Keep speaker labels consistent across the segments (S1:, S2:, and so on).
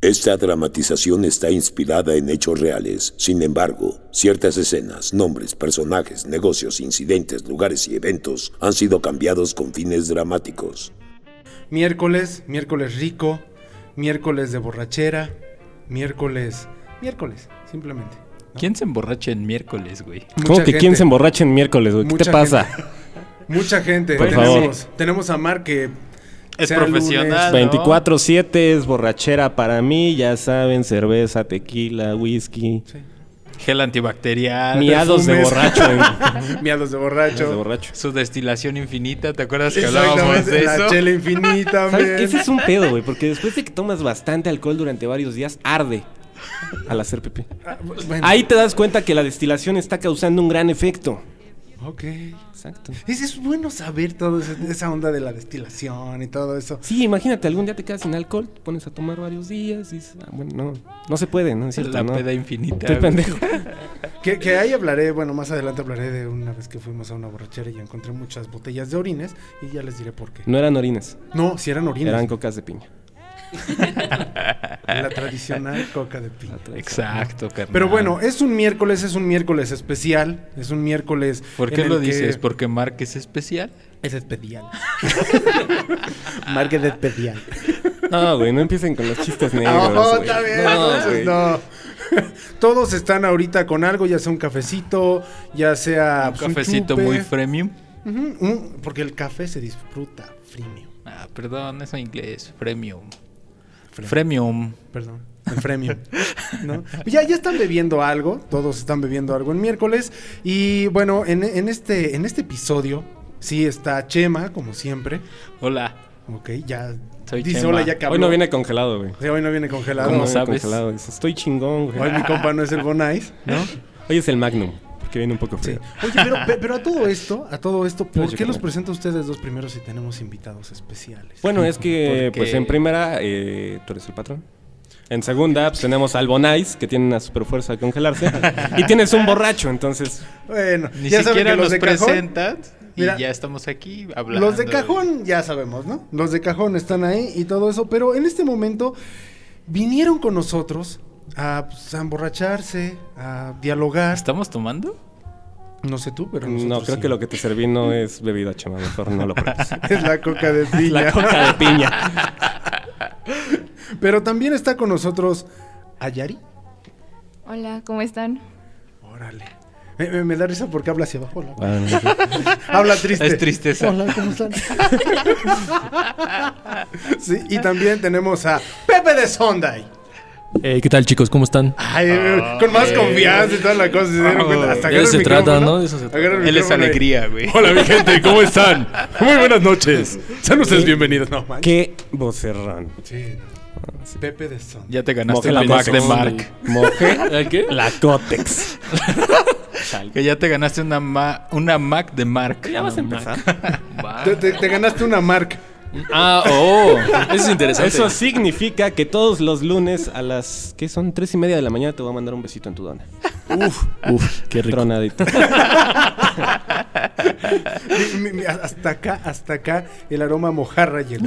S1: Esta dramatización está inspirada en hechos reales. Sin embargo, ciertas escenas, nombres, personajes, negocios, incidentes, lugares y eventos han sido cambiados con fines dramáticos.
S2: Miércoles, miércoles rico, miércoles de borrachera, miércoles, miércoles, simplemente. ¿no?
S3: ¿Quién se emborracha en miércoles, güey?
S4: ¿Cómo
S2: Mucha
S4: que quién
S2: gente.
S4: se emborracha en miércoles, güey? ¿Qué
S2: Mucha
S4: te pasa?
S2: Mucha gente.
S4: Por
S2: tenemos, tenemos a Mar que
S5: Es
S2: sea Ah,
S5: profesional. ¿no?
S4: 24-7 es borrachera para mí, ya saben, cerveza, tequila, whisky.
S3: Gel antibacterial.
S4: Miados de
S2: perfumes.
S4: borracho. güey.
S2: lunes, miados de
S4: Miados de
S2: borracho.
S4: borracho.
S3: Su destilación infinita, ¿te acuerdas que hablábamos de
S2: Exactamente, la
S3: eso?
S2: chela infinita.
S4: ¿Sabes?
S2: men.
S4: Ese es un pedo, güey, porque después de que tomas bastante alcohol durante varios días, arde al hacer pipí.
S2: Ah, bueno,
S4: Ahí te das cuenta que la destilación está causando un gran efecto.
S2: Ok.
S4: Exacto.
S2: Ese es bueno saber todo ese- esa onda de la destilación y todo eso.
S4: Sí, imagínate, algún día te quedas sin alcohol, te pones a tomar varios días y dices, ah, bueno, no, no se puede, no es cierto,
S3: la
S4: no.
S3: peda infinita.
S4: Estoy
S3: güey.
S4: pendejo.
S2: Que, que ahí hablaré, bueno, más adelante hablaré de una vez que fuimos a una borrachera y encontré muchas botellas de orines y ya les diré por qué.
S4: No eran orines,
S2: No, si eran orines.
S4: eran cocas de piña.
S2: La tradicional coca de piña.
S4: Ah.
S3: Exacto, carnal.
S2: Pero bueno, es un miércoles, es un miércoles especial, es un miércoles...
S3: ¿Por
S2: en
S3: qué
S2: el
S3: lo
S2: que-
S3: dices? ¿Porque Mark es especial?
S2: Es especial. Market especial.
S4: No, güey, no empiecen con los chistes negros.
S2: No,
S4: güey.
S2: está bien.
S4: No,
S2: entonces
S4: güey.
S2: no. Todos están ahorita con algo, ya sea un cafecito, ya sea...
S3: un
S2: pues,
S3: cafecito
S2: chupe.
S3: muy premium.
S2: Ujú, un- porque el café se disfruta freemium.
S3: Ah, perdón, eso en inglés. Premium. Premium.
S2: Perdón, el premium. ¿no? Pues Ya, ya están bebiendo algo, todos están bebiendo algo en miércoles. Y bueno, en, en este, en este episodio sí está Chema, como siempre.
S3: Hola.
S2: Ok, ya.
S3: Soy
S2: dice
S3: Chema.
S2: hola ya que
S4: Hoy
S2: habló.
S4: no viene congelado, güey.
S2: Sí, hoy no viene congelado.
S3: ¿Cómo
S4: No viene
S3: sabes?
S4: congelado, dices, Estoy chingón,
S2: Hoy
S4: güey.
S2: mi compa no es el Bonais, ¿no?
S4: Hoy es el Magnum, porque viene un poco
S2: Sí.
S4: frío.
S2: Oye, pero, pe- pero a todo esto, a todo esto, ¿por
S4: Oye,
S2: qué los
S4: carnal.
S2: presento a ustedes dos primeros si tenemos invitados especiales?
S4: Bueno, es que,
S3: Porque-
S4: pues en primera, eh, tú eres el patrón. En segunda, pues tenemos al Bonais, que tiene una super fuerza de congelarse. y tienes un borracho, entonces.
S2: Bueno,
S3: Ni
S2: ya saben
S3: siquiera
S2: que los
S3: los
S2: de cajón,
S3: presentas y
S2: Mira,
S3: ya estamos aquí hablando.
S2: Los de cajón ya sabemos, ¿no? Los de cajón están ahí y todo eso, pero en este momento vinieron con nosotros a, pues, a emborracharse, a dialogar.
S3: ¿Estamos tomando?
S2: No sé tú, pero
S4: No, creo que lo que te serví no es bebida, chema. Mejor no lo pruebes.
S2: es la coca de piña.
S4: La coca de piña.
S2: Pero también está con nosotros Ayari.
S6: Hola, ¿cómo están?
S2: Órale. Me, me- me da risa porque habla hacia abajo. Hola.
S4: Bueno,
S2: Habla triste.
S3: Es tristeza.
S2: Hola, ¿cómo están? sí, y también tenemos a Pepe de Sonday.
S7: Eh, ¿Qué tal chicos? ¿Cómo están?
S2: Ay, con más confianza y toda la cosa. Se dieron cuenta. Hasta
S7: Ah,
S2: agarra
S7: De eso
S2: el
S7: se trata,
S2: micrófono.
S7: ¿no? De eso se trata.
S2: Agarra el
S3: Él es
S2: micrófono y-
S3: alegría, güey.
S8: Hola mi gente, ¿cómo están? Muy buenas noches. Sean ustedes bienvenidos. No, man.
S4: Qué vocerrón.
S2: Sí, no. Pepe de Sonday.
S3: Ya te ganaste
S4: Mojé
S3: el
S4: la
S3: Mac de
S4: Mac.
S3: Mark.
S4: Mojé
S7: ¿Eh, ¿Qué?
S4: la Cotex.
S3: Que ya te ganaste una, ma- una Mac de Mark.
S4: Ya vas a empezar.
S2: Te, te- te ganaste una marca.
S7: Ah, oh. Eso es interesante.
S4: Eso significa que todos los lunes a las que son tres y media de la mañana te voy a mandar un besito en tu dona. Uf, uf,
S7: qué rico.
S4: Tronadito.
S2: Mi- mi- mi- Hasta acá, hasta acá, el aroma a mojarra llegó.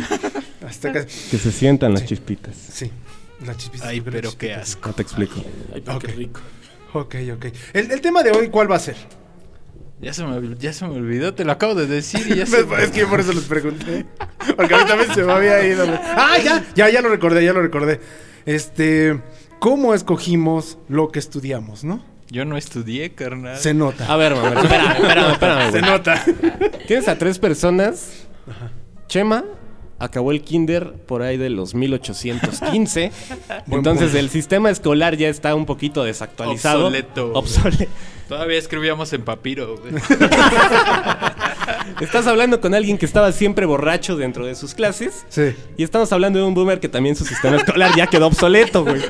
S2: Hasta acá.
S4: Que se sientan las chispitas.
S2: Sí. La chispita.
S3: Ay, pero qué
S2: haces?
S3: asco.
S4: No te explico.
S7: Ay, pero qué
S2: Ok.
S7: rico.
S2: Ok, ok. El, el tema de hoy, ¿cuál va a ser?
S3: Ya se, me, ya se me olvidó, te lo acabo de decir y ya se me-
S2: Es que por eso les pregunté. Porque a mí también se me había ido. Ah, ya, ya, ya lo recordé, ya lo recordé. Este, ¿cómo escogimos lo que estudiamos, no?
S3: Yo no estudié, carnal.
S2: Se nota.
S4: A ver, mamá, espérame, espérame, espérame.
S2: Se
S4: güey.
S2: nota.
S4: Tienes a tres personas. Chema acabó el kinder por ahí de los 1815. Entonces el sistema escolar ya está un poquito desactualizado.
S3: Obsoleto.
S4: Obsole-
S3: Todavía escribíamos en papiro, güey.
S4: Estás hablando con alguien que estaba siempre borracho dentro de sus clases.
S2: Sí.
S4: Y estamos hablando de un boomer que también su sistema escolar ya quedó obsoleto, güey.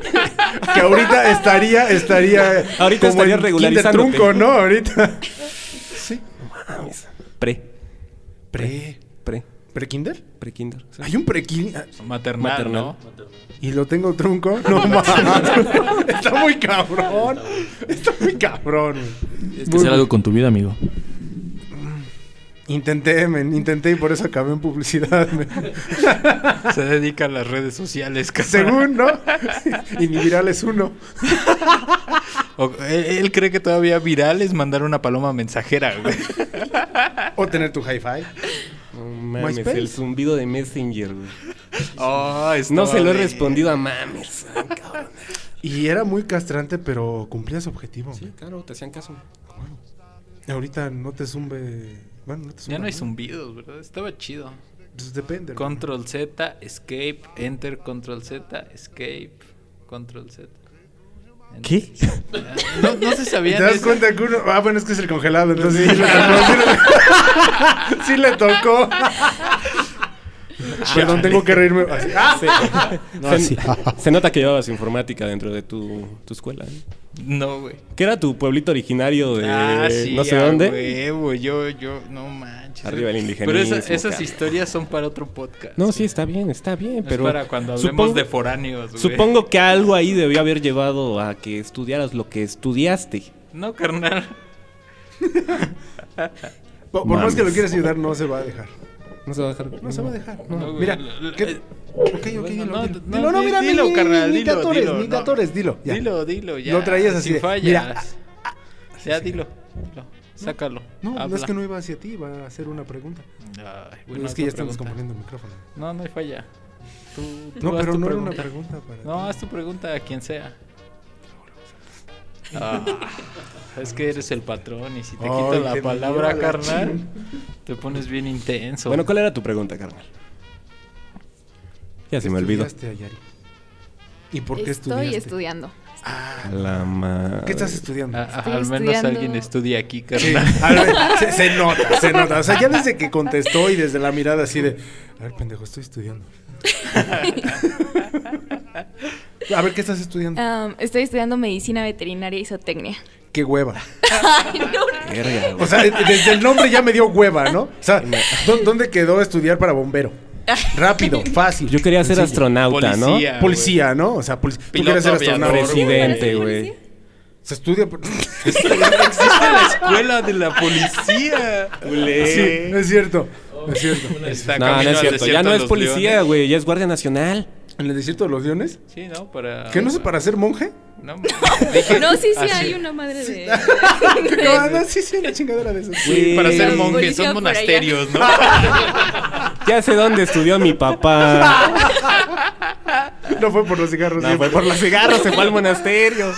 S2: Que ahorita estaría, estaría.
S4: Ahorita estaría
S2: en kinder
S4: regularizándote.
S2: trunco, ¿no? Ahorita. Sí.
S4: Pre,
S2: Pre.
S4: pre,
S2: ¿Pre-kinder?
S4: pre-kinder. o sea,
S2: Hay un pre-kinder.
S3: Maternal,
S4: Maternal.
S3: ¿no?
S2: Y lo tengo trunco. No mames. Está muy cabrón. Está muy cabrón, güey.
S7: Tienes que hacer algo con tu vida, amigo.
S2: Intenté, men, intenté y por eso acabé en publicidad. men.
S3: Se dedica a las redes sociales. cabrón.
S2: Según, ¿no? y mi viral es uno.
S3: O- él, él cree que todavía viral es mandar una paloma mensajera, güey.
S2: O tener tu hi-fi.
S4: No mames,
S2: MySpace.
S4: el zumbido de Messenger, güey.
S3: Ah,
S4: No se lo he
S3: estaba bien.
S4: respondido a mames.
S2: Y era muy castrante, pero cumplía su objetivo. men.
S4: claro, te hacían caso.
S2: Ahorita no te zumbe. Bueno, no te zumbe.
S3: Ya no hay
S2: nada.
S3: zumbidos, ¿verdad? Estaba chido.
S2: Pues depende. hermano.
S3: Control Z, escape, enter, control Z, escape, control Z.
S4: ¿Qué?
S3: No, no se sabían
S2: ¿Te das
S3: eso.
S2: cuenta que uno.? Ah, bueno, es que es el congelado,
S3: Pues
S2: entonces sí le tocó. Sí le, sí le tocó. Perdón, tengo que reírme. así. ¡Ah!
S4: se, se nota que llevabas informática dentro de tu, tu escuela. ¿eh?
S3: No, güey.
S4: ¿Qué era tu pueblito originario de
S3: Ah, sí,
S4: Eh, no sé
S3: a
S4: dónde?
S3: huevo, yo, yo, no manches.
S4: Arriba el indigenismo,
S3: Pero esa- esas
S4: cara.
S3: historias son para otro podcast.
S4: No, sí, está bien, está bien,
S3: Es
S4: pero...
S3: para cuando hablemos
S4: supongo-
S3: de foráneos, güey.
S4: Supongo que algo ahí debió haber llevado a que estudiaras lo que estudiaste.
S3: No, carnal.
S2: Por, por más que lo quieras ayudar, no se va a dejar.
S4: No se va a dejar.
S2: No se va a dejar.
S3: No, güey.
S2: mira,
S3: Lo- lo-
S2: ¿qué? Ok, ok, dilo.
S3: Bueno, no,
S2: dilo.
S3: no,
S2: Dilo, no,
S3: di-
S2: mira,
S3: dilo,
S2: ni,
S3: carnal,
S2: ni te
S3: dilo,
S2: atores,
S3: dilo,
S2: ni te
S3: no.
S2: atores, dilo. ya.
S3: Dilo, dilo, ya.
S2: Lo traías así
S3: Sin
S2: de,
S3: fallas.
S2: mira, ah,
S3: ya, dilo, dilo. Sácalo.
S2: No, no, es
S3: habla.
S2: que no iba hacia ti, iba a hacer una pregunta.
S3: Ay,
S2: Pero
S3: bueno,
S2: es que ya
S3: otra
S2: están
S3: pregunta.
S2: descomponiendo el micrófono.
S3: No, no hay falla. Tú, tú
S2: No,
S3: haz
S2: pero
S3: tu
S2: no era
S3: pregunta.
S2: una pregunta para ti.
S3: No, haz tu pregunta a quien sea. Ah, es que eres el patrón y si te
S2: Ay,
S3: quito
S2: que me
S3: la
S2: lleva
S3: palabra,
S2: la
S3: carnal, te pones bien intenso.
S4: Bueno, ¿cuál era tu pregunta, carnal? Ya se me olvidó.
S2: estudiaste, Ayari? ¿Y por qué
S6: Estoy
S2: estudiaste?
S6: estudiando.
S4: La madre.
S2: ¿Qué estás estudiando?
S3: Ah, ah, al menos
S6: estudiando-
S3: alguien estudia aquí,
S2: Sí,
S3: carnal.
S2: a ver, se, se nota, se nota. O sea, ya desde que contestó y desde la mirada así de, a ver, pendejo, estoy estudiando. A ver, ¿qué estás estudiando?
S6: Am, estoy estudiando medicina veterinaria y zootecnia.
S2: Qué hueva.
S6: Ay, no.
S4: Verga,
S2: O
S4: güey.
S2: sea, desde el nombre ya me dio hueva, ¿no? O sea, ¿dó- ¿dónde quedó estudiar para bombero? Rápido, fácil.
S4: Yo quería ser
S2: sencillo.
S4: astronauta,
S3: Policía,
S4: ¿no?
S3: güey.
S2: Policía, ¿no? O sea, policía. Tú
S3: Piloto
S2: quieres ser
S3: aviador,
S2: astronauta.
S4: Presidente, güey.
S2: Se estudia. por-
S3: Existe la escuela de la policía.
S2: Sí, es cierto. Es cierto.
S3: Está
S4: No,
S3: camino
S4: no es
S3: al
S4: cierto.
S3: desierto
S4: Ya no
S3: de
S4: es
S3: los
S4: policía,
S3: leones.
S4: güey. Ya es guardia nacional.
S2: ¿En el desierto de los leones?
S3: Sí, no, para.
S4: Ah.
S2: ¿Que no sé para ser monje?
S3: No, dije- ah,
S6: No, sí, sí,
S3: así.
S6: hay una madre de.
S2: No, no, sí, sí, una chingadera de esas.
S4: Güey,
S3: Para ser
S6: Los
S3: monje,
S6: policías
S3: son
S6: por allá.
S3: monasterios, ¿no?
S4: Ya sé dónde estudió mi papá.
S2: No fue por los cigarros.
S4: No,
S2: sí.
S4: fue por los cigarros, se fue al monasterio.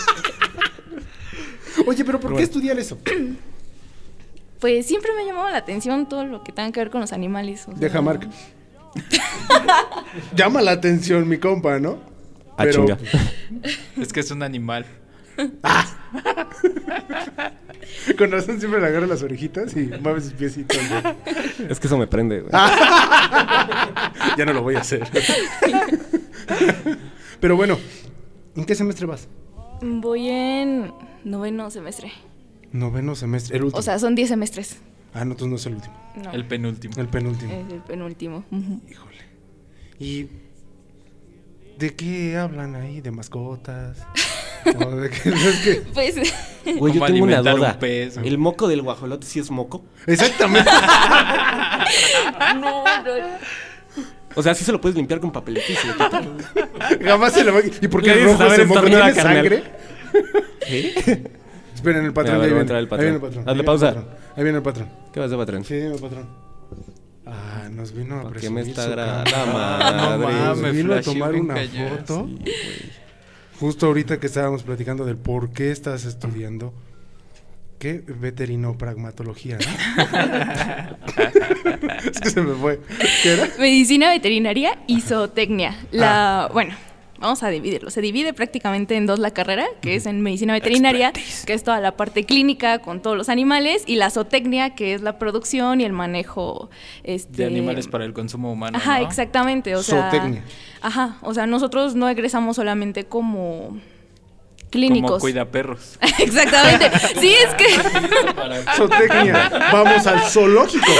S2: Oye, pero ¿por qué estudiar eso?
S6: Pues siempre me ha llamado la atención todo lo que tenga que ver con los animales. o sea,
S2: Deja marca. Llama la atención mi compa, ¿no?
S4: Ah,
S2: Pero-
S4: chinga.
S3: es que es un animal.
S2: Con razón siempre le agarro las orejitas y mueve sus piecitos. ¿no?
S4: Es que eso me prende, güey.
S2: Ya no lo voy a hacer. Pero bueno, ¿en qué semestre vas?
S6: Voy en noveno semestre.
S2: Noveno semestre, el último.
S6: O sea, son 10 semestres.
S2: ah, no, entonces no es el último,
S6: No,
S3: El penúltimo.
S2: el
S4: Eh.
S2: penúltimo.
S6: es el penúltimo. Ujú.
S2: Híjole. ¿Y de qué hablan ahí? ¿De mascotas? ¿O de qué? Es que-
S6: Pues
S4: Güey, yo
S3: ¿Cómo
S4: tengo una
S3: alimentar un
S4: duda.
S3: pez, güey?
S4: ¿El moco del guajolote sí es moco?
S2: Exactamente.
S6: no, no.
S4: O sea, sí se lo puedes limpiar con papelito y se lo quitas.
S2: Jamás se lo va a ¿Y por qué
S4: Le
S2: el
S4: dices,
S2: rojo
S4: "A ver,
S2: se moco?
S4: estornuda,
S2: ¿Tiene
S4: carnal".
S2: sangre?
S4: ¿Qué?
S2: Esperen, el patrón.
S4: Mira,
S2: ahí,
S4: a ver, va a
S2: viene,
S4: entrar
S2: ahí viene
S4: el patrón.
S2: el patrón.
S4: Hazle
S2: ahí viene el
S4: pausa.
S2: patrón, Ahí viene el patrón.
S4: ¿Qué vas de patrón?
S2: Sí, ahí viene el patrón. Ah, nos vino a
S4: ¿Por qué
S2: presumir
S4: me está
S2: su
S4: gra-
S2: cámara.
S4: la
S3: Ah, No
S4: madre?
S3: mames,
S2: Nos vino a
S3: flasheó
S2: tomar
S3: bien
S2: una
S3: cañón.
S2: foto. Justo ahorita que estábamos platicando del por qué estás estudiando. ¿Qué? Veterinopragmatología, ¿no? es que se me fue. ¿Qué era?
S6: Medicina veterinaria y zootecnia. La,
S3: Ah.
S6: bueno, vamos a dividirlo. Se divide prácticamente en dos la carrera, que es en medicina veterinaria, que es toda la parte clínica con todos los animales, y la zootecnia, que es la producción y el manejo este,
S3: De animales para el consumo humano.
S6: Ajá,
S3: ¿no?
S6: exactamente. O sea,
S2: Zootecnia.
S6: Ajá, o sea, nosotros no egresamos solamente como clínicos.
S3: Como cuida perros.
S6: exactamente. Sí, es que
S2: Zootecnia. Vamos al zoológico.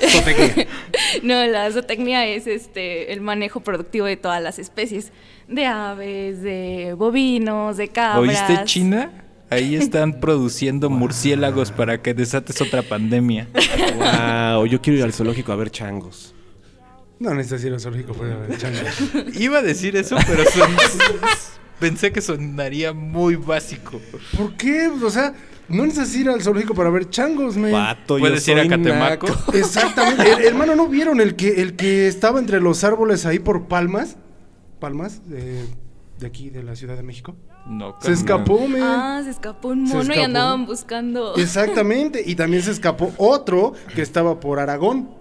S2: Zootecnia.
S6: No, la zootecnia es este el manejo productivo de todas las especies, de aves, de bovinos, de cabras.
S3: ¿Oíste China? Ahí están produciendo murciélagos para que desates otra pandemia.
S4: Wow, yo quiero ir al zoológico a ver changos.
S2: No necesitas ir al zoológico para ver changos.
S3: Iba a decir eso, pero son- pensé que sonaría muy básico.
S2: ¿Por qué? O sea, no necesitas ir al zoológico para ver changos, me.
S4: Pato,
S3: ¿Puedes ir a Catemaco?
S2: Exactamente. El- hermano, ¿no vieron el que, el que estaba entre los árboles ahí por Palmas? Palmas, eh, de aquí, de la Ciudad de México.
S3: No,
S2: Se escapó, men.
S6: Ah, se escapó un
S2: Se
S6: mono y
S2: escapó.
S6: andaban buscando.
S2: Exactamente. Y también se escapó otro que estaba por Aragón.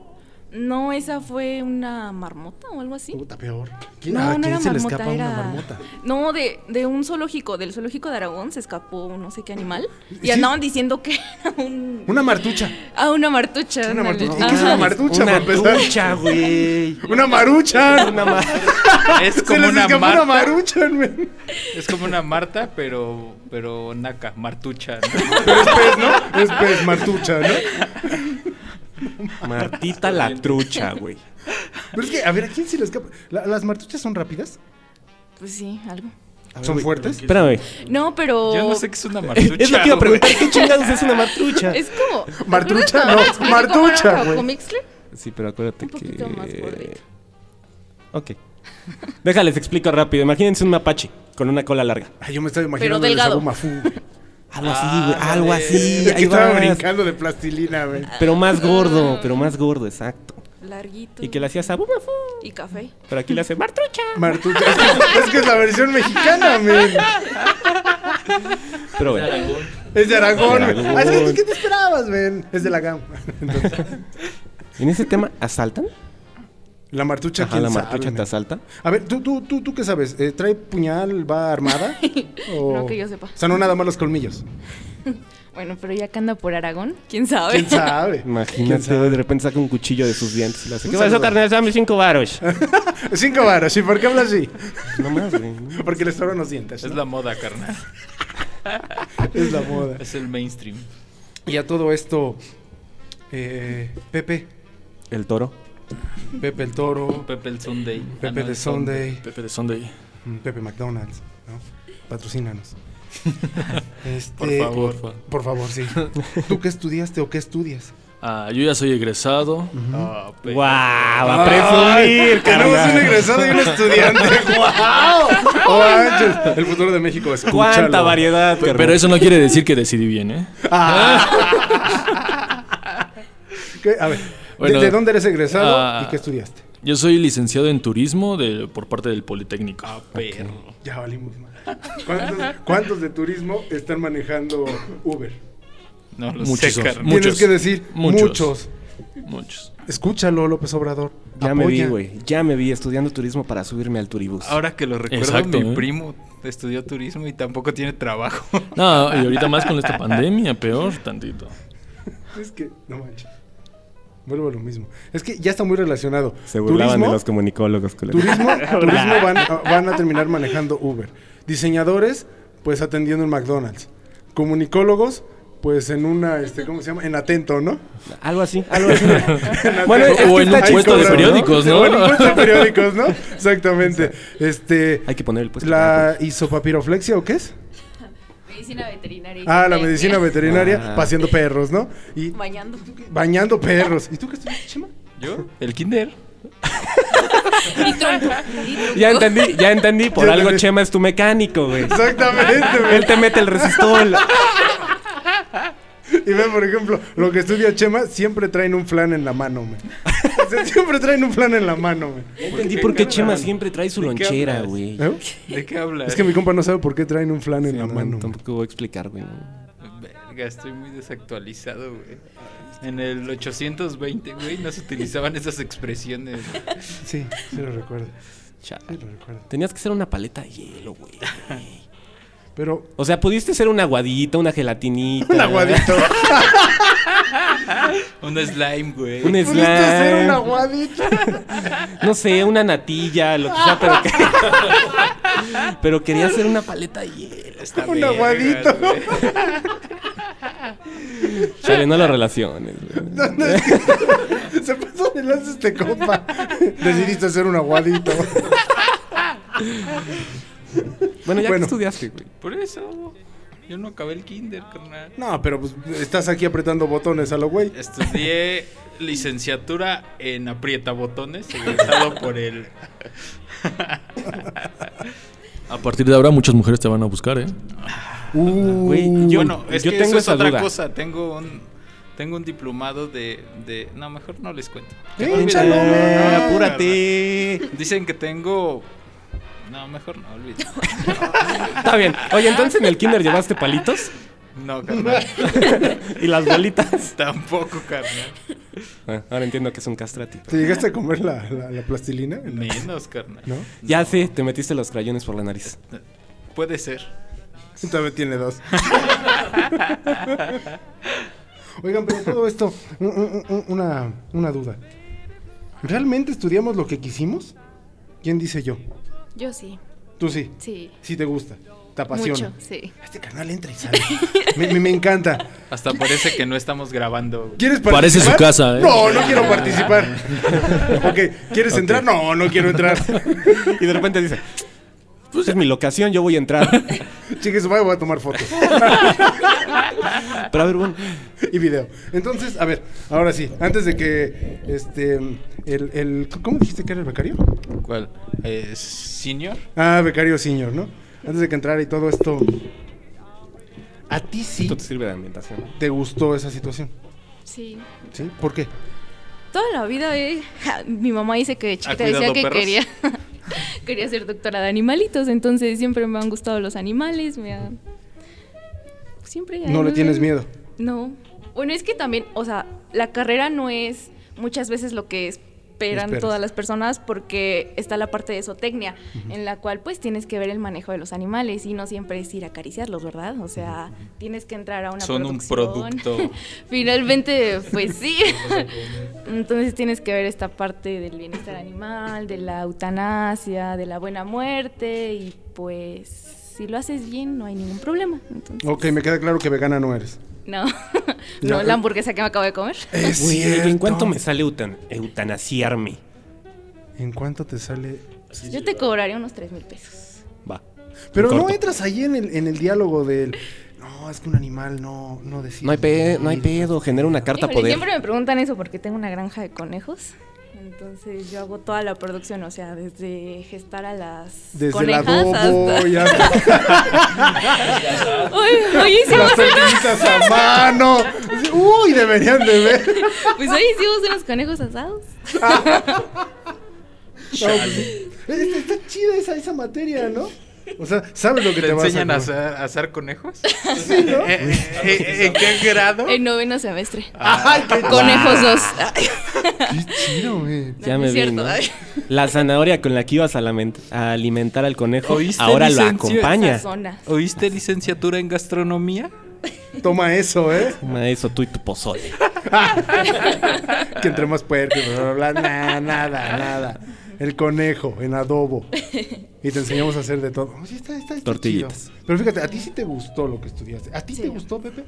S6: No, esa fue una marmota o algo así.
S2: Puta, peor. ¿Quién,
S6: No,
S2: a
S6: no
S2: quién
S6: era
S2: se le
S6: marmota,
S2: escapa
S6: era-
S2: una marmota?
S6: No, de, de un zoológico, del zoológico de Aragón se escapó no sé qué animal. Y
S2: Sí.
S6: andaban diciendo que era un.
S2: Una martucha.
S6: Ah, una martucha. Ah,
S2: Una
S6: ándale.
S2: martucha. ¿Y qué es una
S6: Ajá.
S2: martucha, para
S4: Una
S2: empezar?
S4: ducha, güey.
S2: ¡Una marucha!
S4: Una ma-
S3: Es
S2: Se
S3: como
S2: les
S3: una
S2: escapó una
S3: Marta.
S2: marucha, men.
S3: Es como una Marta, pero, pero naca, martucha. ¿no?
S2: Pero es pez, Pues, ¿no? Es pez, martucha, ¿no?
S4: Martita la trucha, güey.
S2: Pero es que, a ver, ¿a quién se le escapa? La- ¿Las martuchas son rápidas?
S6: Pues sí, algo.
S2: ¿Son fuertes?
S4: Espérame.
S6: No, pero.
S3: Yo no sé qué es una martucha.
S4: Es lo que iba
S3: güey.
S4: a preguntar. ¿Qué chingados es una martrucha?
S6: Es como. ¿te
S2: Martucha,
S6: acuerdas cuando
S2: no,
S6: les expliqué cómo era
S2: martucha,
S6: una
S2: güey.
S6: Cacomixtle?
S4: Sí, pero acuérdate
S6: Un poquito más gordito.
S4: que... Ok. Déjales, explico rápido. Imagínense un mapache con una cola larga.
S2: Ay, yo me estaba imaginando
S6: Pero
S2: el
S6: delgado.
S2: Sabumafu.
S4: Algo así, güey. Algo así.
S2: Es que
S4: Ahí
S2: estaba
S4: vas.
S2: brincando Ah. de plastilina, güey.
S4: Pero más gordo, pero más gordo, exacto.
S6: Larguito.
S4: Y que le hacía sabumafu.
S6: Y café.
S4: Pero aquí le hace martrucha.
S2: Martucha. Es que, es que es la versión mexicana, men.
S4: Pero bueno.
S2: Es de Aragón.
S4: De
S2: men.
S4: Aragón.
S2: Así es, ¿Qué te esperabas, men? Es de la GAM.
S4: En ese tema, ¿asaltan?
S2: La martucha,
S4: Ajá,
S2: ¿quién
S4: la
S2: sabe,
S4: martrucha
S2: men?
S4: te asalta.
S2: A ver, ¿tú, tú, tú, tú qué sabes? Eh, ¿Trae puñal, va armada?
S6: No, que yo sepa.
S2: O sea, no nada más los colmillos.
S6: Bueno, pero ya que anda por Aragón, quién sabe.
S2: ¿Quién sabe? ¿Quién
S4: Imagínate,
S2: sabe?
S4: güey, de repente saca un cuchillo de sus dientes y le hace.
S2: Un
S4: ¿Qué pasó,
S2: saludo.
S4: carnal? Dame cinco varos.
S2: Cinco varos. ¿Y por qué habla así?
S4: No más, güey. ¿no?
S2: Porque le sobran los dientes.
S3: Es
S2: ¿no?
S3: la moda, carnal.
S2: es la moda.
S3: Es el mainstream.
S2: Y a todo esto, eh, Pepe,
S4: El toro.
S2: Pepe el Toro,
S3: Pepe el Sunday. Ah,
S2: Pepe
S3: no,
S2: de
S3: el Sunday.
S2: Sunday,
S7: Pepe de Sunday.
S2: mm, Pepe McDonald's, ¿no? Patrocínanos. Este,
S7: Por favor.
S2: Por favor, sí. ¿Tú qué estudiaste o qué estudias?
S7: Ah, yo ya soy egresado.
S3: Ah, Pepe.
S4: ¡Guau! ¡Va a presumir,
S2: Tenemos un
S4: carnal!
S2: egresado y un estudiante. ¡Guau! ¡Oh, manches! El futuro de México, escúchalo.
S4: ¡Cuánta variedad, carnal!
S7: Pero eso no quiere decir que decidí bien, ¿eh?
S2: ¿Qué? A ver, ¿de-
S7: Bueno,
S2: ¿de, dónde eres egresado
S7: ah,
S2: y qué estudiaste?
S7: Yo soy licenciado en turismo de- por parte del Politécnico.
S3: Ah, perro.
S2: Ya valimos mal. ¿Cuántos, cuántos de turismo están manejando Uber?
S3: No lo sé,
S7: Muchísimos.
S3: carnal.
S7: Mu- Muchos.
S2: Tienes que decir
S7: Muchos.
S2: muchos.
S7: Muchos.
S2: Escúchalo, López Obrador.
S4: Ya me vi,
S2: Apoya.
S4: güey. Ya me vi estudiando turismo para subirme al turibus.
S3: Ahora que lo recuerdo,
S7: Exacto,
S3: mi
S7: ¿eh?
S3: primo estudió turismo y tampoco tiene trabajo.
S7: No, y ahorita más con esta pandemia, peor tantito.
S2: Es que, no manches. Vuelvo a lo mismo. Es que ya está muy relacionado.
S4: Se burlaban
S2: turismo,
S4: de los comunicólogos, culero.
S2: Turismo, turismo van, a- van a terminar manejando Uber. Diseñadores, pues atendiendo en McDonald's. Comunicólogos, pues en una, este, ¿cómo se llama? En Atento, ¿no?
S4: Algo así, algo así.
S7: Bueno, es que está
S2: Ahí
S7: puesto de
S2: cobran,
S7: periódicos, ¿no?
S2: O en un puesto de periódicos, ¿no? Exactamente. Este,
S4: Hay que poner el puesto.
S2: la isopapiroflexia, ¿o qué es?
S6: Medicina veterinaria. y
S2: Ah, la
S6: zootecnia.
S2: medicina veterinaria,
S4: Ah.
S2: paseando perros, ¿no? Y
S6: Bañando.
S2: bañando perros. ¿Y tú qué estudias, Chema?
S3: ¿Yo? El kinder.
S6: Y tronco. y tronco.
S4: Ya entendí, ya entendí. Por
S2: Ya
S4: algo
S2: entendí.
S4: Chema es tu mecánico, güey.
S2: Exactamente, güey.
S4: Él te mete el resistol.
S2: Y ve, por ejemplo, lo que estudia Chema, siempre traen un flan en la mano, güey. O sea, siempre traen un flan en la mano, güey.
S4: Entendí por qué Chema siempre trae su
S3: ¿De qué
S4: lonchera,
S3: hablas?
S4: güey.
S2: ¿Eh?
S3: ¿De qué hablas?
S2: Es que mi compa no sabe por qué traen un flan en la
S4: No,
S2: mano. güey.
S4: Tampoco voy a explicar, güey.
S3: Verga, estoy muy desactualizado, güey. En el 820, güey, no se utilizaban esas expresiones.
S2: Sí, sí lo recuerdo. Sí
S4: Chale.
S2: lo recuerdo.
S4: Tenías que ser una paleta de hielo, güey.
S2: Pero.
S4: O sea, pudiste ser una aguadita, una gelatinita.
S2: Un aguadito.
S3: Un slime, güey.
S4: Un
S2: ¿Pudiste hacer un
S4: slime.
S2: aguadito?
S4: No sé, una natilla, lo que sea, pero que... pero quería hacer una paleta de hielo.
S3: Está
S2: un
S3: vergas,
S2: aguadito.
S3: güey.
S4: Chale, no las relaciones, güey.
S2: No, no, es que- Se pasó de lanza este compa. Decidiste hacer un aguadito.
S4: Bueno, ya
S2: Bueno.
S4: que estudiaste, güey.
S3: Por eso. Yo no acabé el kinder, carnal.
S2: No, pero pues estás aquí apretando botones a lo güey.
S3: Estudié licenciatura en aprietabotones, egresado por el...
S7: A partir de ahora muchas mujeres te van a buscar, ¿eh?
S2: Uh,
S4: Ah, Güey, yo,
S3: bueno, es
S4: yo
S3: que
S4: tengo
S3: eso es
S4: esa
S3: otra
S4: duda.
S3: cosa. Tengo un, tengo un diplomado de, de- No, mejor no les cuento.
S2: Eh,
S3: Olvídalo.
S2: échalo,
S3: No, no,
S2: man.
S3: no, no,
S4: apúrate.
S3: Dicen que tengo... No, mejor no, olvídalo.
S4: Está bien. Oye, entonces en el kinder llevaste palitos
S3: No, carnal.
S4: y las bolitas.
S3: Tampoco, carnal.
S4: Ah, ahora entiendo que es un castrati.
S2: ¿Te llegaste a comer la, la- la plastilina?
S3: Menos, carnal.
S2: ¿No?
S4: Ya sí, te metiste los crayones por la nariz.
S3: Puede ser.
S2: Todavía tiene dos. Oigan, pero todo esto, un- un- un- una, una duda. ¿Realmente estudiamos lo que quisimos? ¿Quién dice yo?
S6: Yo sí,
S2: Tú sí.
S6: sí.
S2: Sí te gusta. Te apasiona.
S6: Mucho, sí.
S2: Este canal entra y sale. me, me- me encanta.
S3: Hasta parece que no estamos grabando. güey.
S2: ¿Quieres participar?
S7: Parece su casa, ¿eh?
S2: No, no quiero participar. ok, ¿quieres entrar? No, no quiero entrar.
S4: Y de repente dice, pues es mi locación, yo voy a entrar.
S2: Chiques, voy a tomar fotos.
S4: Pero a ver, bueno,
S2: y video. Entonces, a ver, ahora sí, antes de que este el, el ¿cómo dijiste que era el becario?
S3: ¿Cuál? Eh, ¿Senior?
S2: Ah, becario senior, ¿no? Antes de que entrara y todo esto. ¿A ti sí
S4: esto te sirve de ambientación.
S2: te gustó esa situación?
S6: Sí.
S2: ¿Sí? ¿Por qué?
S6: Toda la vida, eh, ja, mi mamá dice que de
S3: ¿Ha
S6: chiquita decía
S3: cuidado
S6: que
S3: perros?
S6: quería, quería ser doctora de animalitos, entonces siempre me han gustado los animales, me ha- Siempre...
S2: ¿No le tienes miedo?
S6: No. Bueno, es que también, o sea, la carrera no es muchas veces lo que esperan
S2: Esperas.
S6: todas las personas porque está la parte de zootecnia, en la cual pues tienes que ver el manejo de los animales y no siempre es ir a acariciarlos, ¿verdad? O sea, tienes que entrar a una
S3: Son un
S6: producción.
S3: producto.
S6: Finalmente, pues sí. Entonces tienes que ver esta parte del bienestar animal, de la eutanasia, de la buena muerte y pues si lo haces bien no hay ningún problema. Entonces,
S2: Ok, me queda claro que vegana no eres.
S6: No,
S2: No,
S6: no
S2: eh.
S6: la hamburguesa que me acabo de comer.
S2: Es
S4: Güey, ¿en
S2: cierto.
S4: cuánto me sale eutan- eutanasiarme?
S2: ¿En cuánto te sale?
S6: Yo te cobraría unos 3 mil pesos.
S4: Va.
S2: Pero
S4: En
S2: no
S4: corto.
S2: entras ahí en el, en el diálogo del no, es que un animal no, no decide.
S4: No hay, pe- no hay pedo, genera una carta
S6: Híjole,
S4: poder.
S6: Siempre me preguntan eso porque tengo una granja de conejos. Entonces yo hago toda la producción, o sea, desde gestar a las
S2: Desde el
S6: conejas
S2: adobo
S6: hasta...
S2: y hasta
S6: Hoy, hoy hicimos
S2: las cenizas a mano. Así, Uy, deberían de ver.
S6: Pues hoy hicimos unos conejos asados.
S2: No, pues, es- está chida esa, esa materia, ¿no? O sea, sabes lo que
S3: ¿Te,
S2: te, vas
S3: enseñan a
S2: comer.
S3: asar, a asar conejos?
S2: Sí, ¿no?
S3: Eh, eh, eh, ¿En qué grado?
S6: En noveno semestre.
S2: Ay, qué
S6: Conejos dos. Ay,
S2: Qué chido, güey.
S6: no,
S4: Ya
S6: no
S4: me
S6: es
S4: vi,
S6: cierto,
S4: ¿no?
S6: ay.
S4: La zanahoria con la que ibas a, lament- a alimentar al conejo,
S3: ¿Oíste,
S4: ahora lo
S3: licencio?
S4: acompaña.
S6: Sazona.
S3: ¿Oíste licenciatura en gastronomía?
S2: Toma eso, ¿eh?
S4: Toma Eso tú y tu pozole.
S2: Que entre más puerco, bla, bla, bla. Nah, nada, nada. El conejo en adobo. Y te enseñamos a hacer de todo. Oye, está, está, está
S4: Tortillitas.
S2: chido. Pero fíjate, a ti sí te gustó lo que estudiaste. ¿A ti
S6: Sí.
S2: te gustó, Pepe?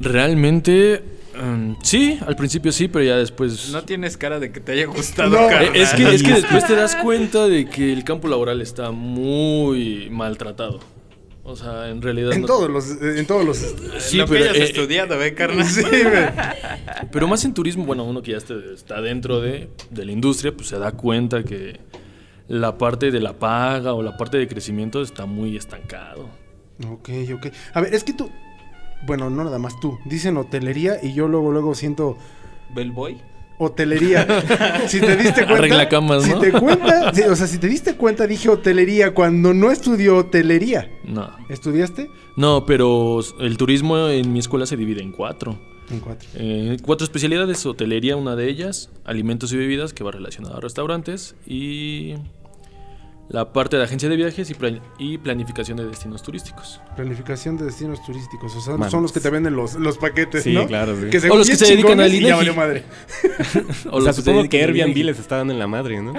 S7: Realmente, em, sí, al principio sí, pero ya después...
S3: No tienes cara de que te haya gustado,
S2: No.
S3: carnal.
S7: Eh, es, que, es que después te das cuenta de que el campo laboral está muy maltratado. O sea, en realidad...
S2: En
S7: no-
S2: todos los... En todos los...
S7: Sí,
S3: Lo que
S7: pero,
S3: hayas
S7: eh,
S3: estudiado, ¿eh, carnal?
S2: Sí, güey.
S7: Pero más en turismo, bueno, uno que ya este- está dentro de, de la industria, pues se da cuenta que la parte de la paga o la parte de crecimiento está muy estancado.
S2: Ok, ok. A ver, es que tú. Bueno, no nada más tú. Dicen hotelería y yo luego, luego siento
S3: ¿Bellboy?
S2: hotelería. si te diste cuenta.
S7: Arregla camas,
S2: Si
S7: ¿no?
S2: te cuenta, sí, o sea, si te diste cuenta, dije hotelería cuando no estudió hotelería.
S7: No.
S2: ¿Estudiaste?
S7: No, pero el turismo en mi escuela se divide en cuatro.
S2: En cuatro.
S7: Eh, cuatro especialidades, hotelería una de ellas, alimentos y bebidas que va relacionada a restaurantes y la parte de agencia de viajes y, plan- y planificación de destinos turísticos.
S2: Planificación de destinos turísticos. O sea,
S4: Mames.
S2: son los que te venden los, los paquetes,
S4: Sí,
S2: ¿no?
S4: claro, sí.
S2: según
S7: O los que
S2: bien
S7: se dedican
S2: chingones
S7: al
S2: y ya
S7: INEGI.
S2: valió madre.
S4: O sea,
S7: los
S4: supongo
S7: se
S4: que
S7: dedican-
S4: Airbnb les está dando en la madre, ¿no?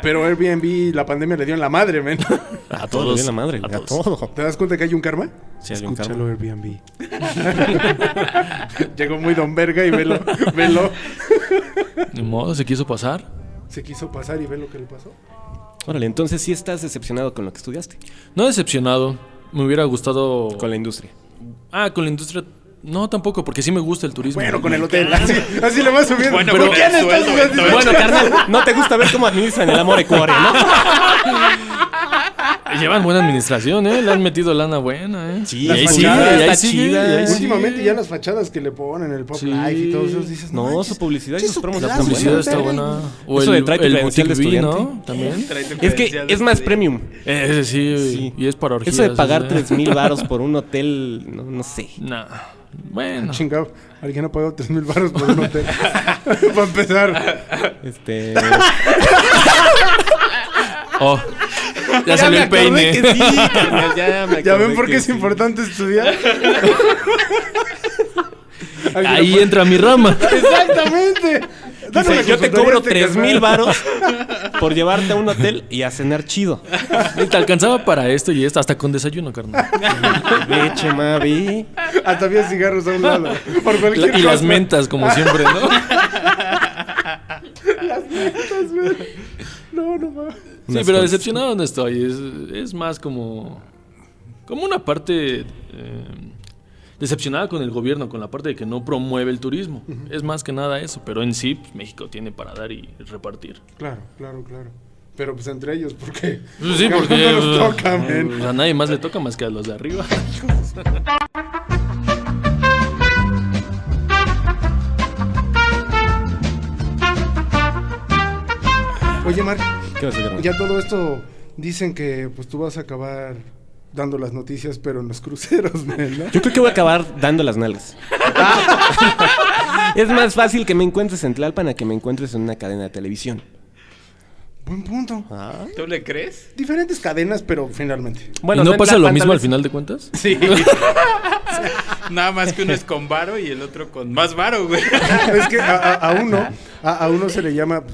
S2: Pero Airbnb, la pandemia le dio en la madre, men.
S7: A
S4: le dio
S7: todos.
S4: en la madre.
S7: A todos.
S4: todo.
S2: ¿Te das cuenta que hay un karma?
S4: Sí, hay un karma.
S2: Escúchalo, Airbnb. Llegó muy don verga y velo, velo.
S7: Ni modo, se quiso pasar.
S2: se quiso pasar y ve lo que le pasó.
S4: Órale, entonces sí estás decepcionado con lo que estudiaste.
S7: No decepcionado. me hubiera gustado.
S4: con la industria.
S7: Ah, con la industria. No, tampoco, porque sí me gusta el turismo.
S2: Bueno, con el hotel. Así, así le vas subiendo.
S5: Bueno,
S2: ¿Por
S5: con
S2: qué
S5: el
S2: no estás
S5: sueldo,
S2: haciendo-
S5: entonces.
S4: Bueno, carnal, no te gusta ver cómo administran el amor ecuore, ¿no?
S7: Llevan buena administración, ¿eh? Le han metido lana buena, ¿eh? Sí,
S4: la
S7: ahí sigue,
S4: fachada
S7: y ahí
S4: está
S7: sigue,
S4: chida.
S7: y ahí sigue.
S2: Últimamente ya las fachadas que le ponen el pop
S7: Sí.
S2: life y todo eso dices,
S4: No,
S2: manches,
S4: su publicidad y
S2: sí,
S4: sus
S2: su
S4: promos
S7: La
S4: están
S7: publicidad
S4: buenas.
S7: está buena.
S4: Eso de tráete credencial de
S7: Boutique Bee,
S4: estudiante.
S7: También.
S4: Es que es más premium.
S7: Eh, Ese sí,
S4: Sí.
S7: y es para orgías. ¿eh?
S4: Eso de pagar
S7: o sea.
S4: 3 mil varos por un hotel, no, no sé.
S7: Nah. Bueno.
S2: Chingado, alguien ha pagado 3 mil baros por un hotel. Para empezar.
S4: Este.
S7: Oh. Ya salió el peine.
S4: que sí, carnal, ya me
S2: ¿Ya
S4: acordé
S2: ven por qué
S4: que
S2: es
S4: sí.
S2: importante estudiar? Alguien ha
S7: Ahí entra mi rama.
S2: Exactamente. Dame
S4: Dice,
S2: una
S4: yo
S2: consultoría
S4: te cobro
S2: este
S4: 3
S2: carnal.
S4: mil varos por llevarte a un hotel y a cenar chido.
S7: Te alcanzaba para esto y esto, hasta con desayuno, carnal.
S4: Ve, Chema, ve.
S2: Hasta había cigarros a un lado. Por cualquier
S7: La- y las
S2: cosa.
S7: mentas, como siempre, ¿no?
S2: No, no mames.
S7: Sí, pero decepcionado no estoy. Es, es más como. Como una parte. eh, decepcionada con el gobierno, con la parte de que no promueve el turismo. Es más que nada eso. Pero en sí, pues, México tiene para dar y repartir.
S2: Claro, claro, claro. Pero pues entre ellos, ¿por qué?
S7: Pues sí,
S2: Porque
S7: porque.
S2: no nos
S7: pues,
S2: toca, men.
S7: pues, a nadie más le toca más que a los de arriba.
S2: Oye, Marc,
S4: ¿Qué vas a hacer, carnal?
S2: ya todo esto dicen que pues tú vas a acabar dando las noticias, pero en los cruceros, men, ¿no?
S4: Yo creo que voy a acabar dando las nalgas. es más fácil que me encuentres en Tlalpan a que me encuentres en una cadena de televisión.
S2: Buen punto.
S3: ¿Tú le crees?
S2: Diferentes cadenas, pero finalmente.
S7: ¿Y no
S4: en
S7: pasa lo
S4: Tlalpan
S7: mismo
S4: tal
S7: al
S4: vez-
S7: final de cuentas?
S3: Sí. Nada más que uno es con varo y el otro con más varo, güey.
S2: es que a, a- a uno, a, a uno se le llama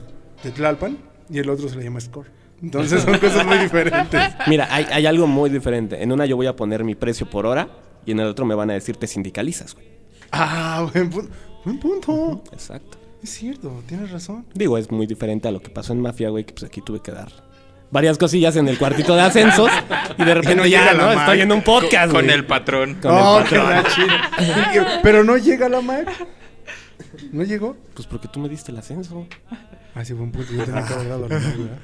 S2: Tetlalpan y el otro se le llama Score. Entonces son cosas muy diferentes.
S4: Mira, hay, hay algo muy diferente. En una yo voy a poner mi precio por hora y en el otro me van a decir te sindicalizas, güey.
S2: Ah, buen punto. Buen punto.
S4: Exacto.
S2: Es cierto, tienes razón.
S4: Digo, es muy diferente a lo que pasó en Mafia, güey, que pues aquí tuve que dar varias cosillas en el cuartito de ascensos y de repente
S2: no
S4: ya,
S2: llega la
S4: ¿no?
S2: Mac.
S4: Estoy en un podcast,
S3: con
S4: güey.
S3: el patrón.
S4: Con el
S2: Oh, qué
S4: patrón.
S2: la chida. Pero no llega la Mac. ¿No llegó?
S4: Pues porque tú me diste el ascenso.
S2: Ah, sí, buen punto. Yo tenía que haber dado la Mac, ¿verdad?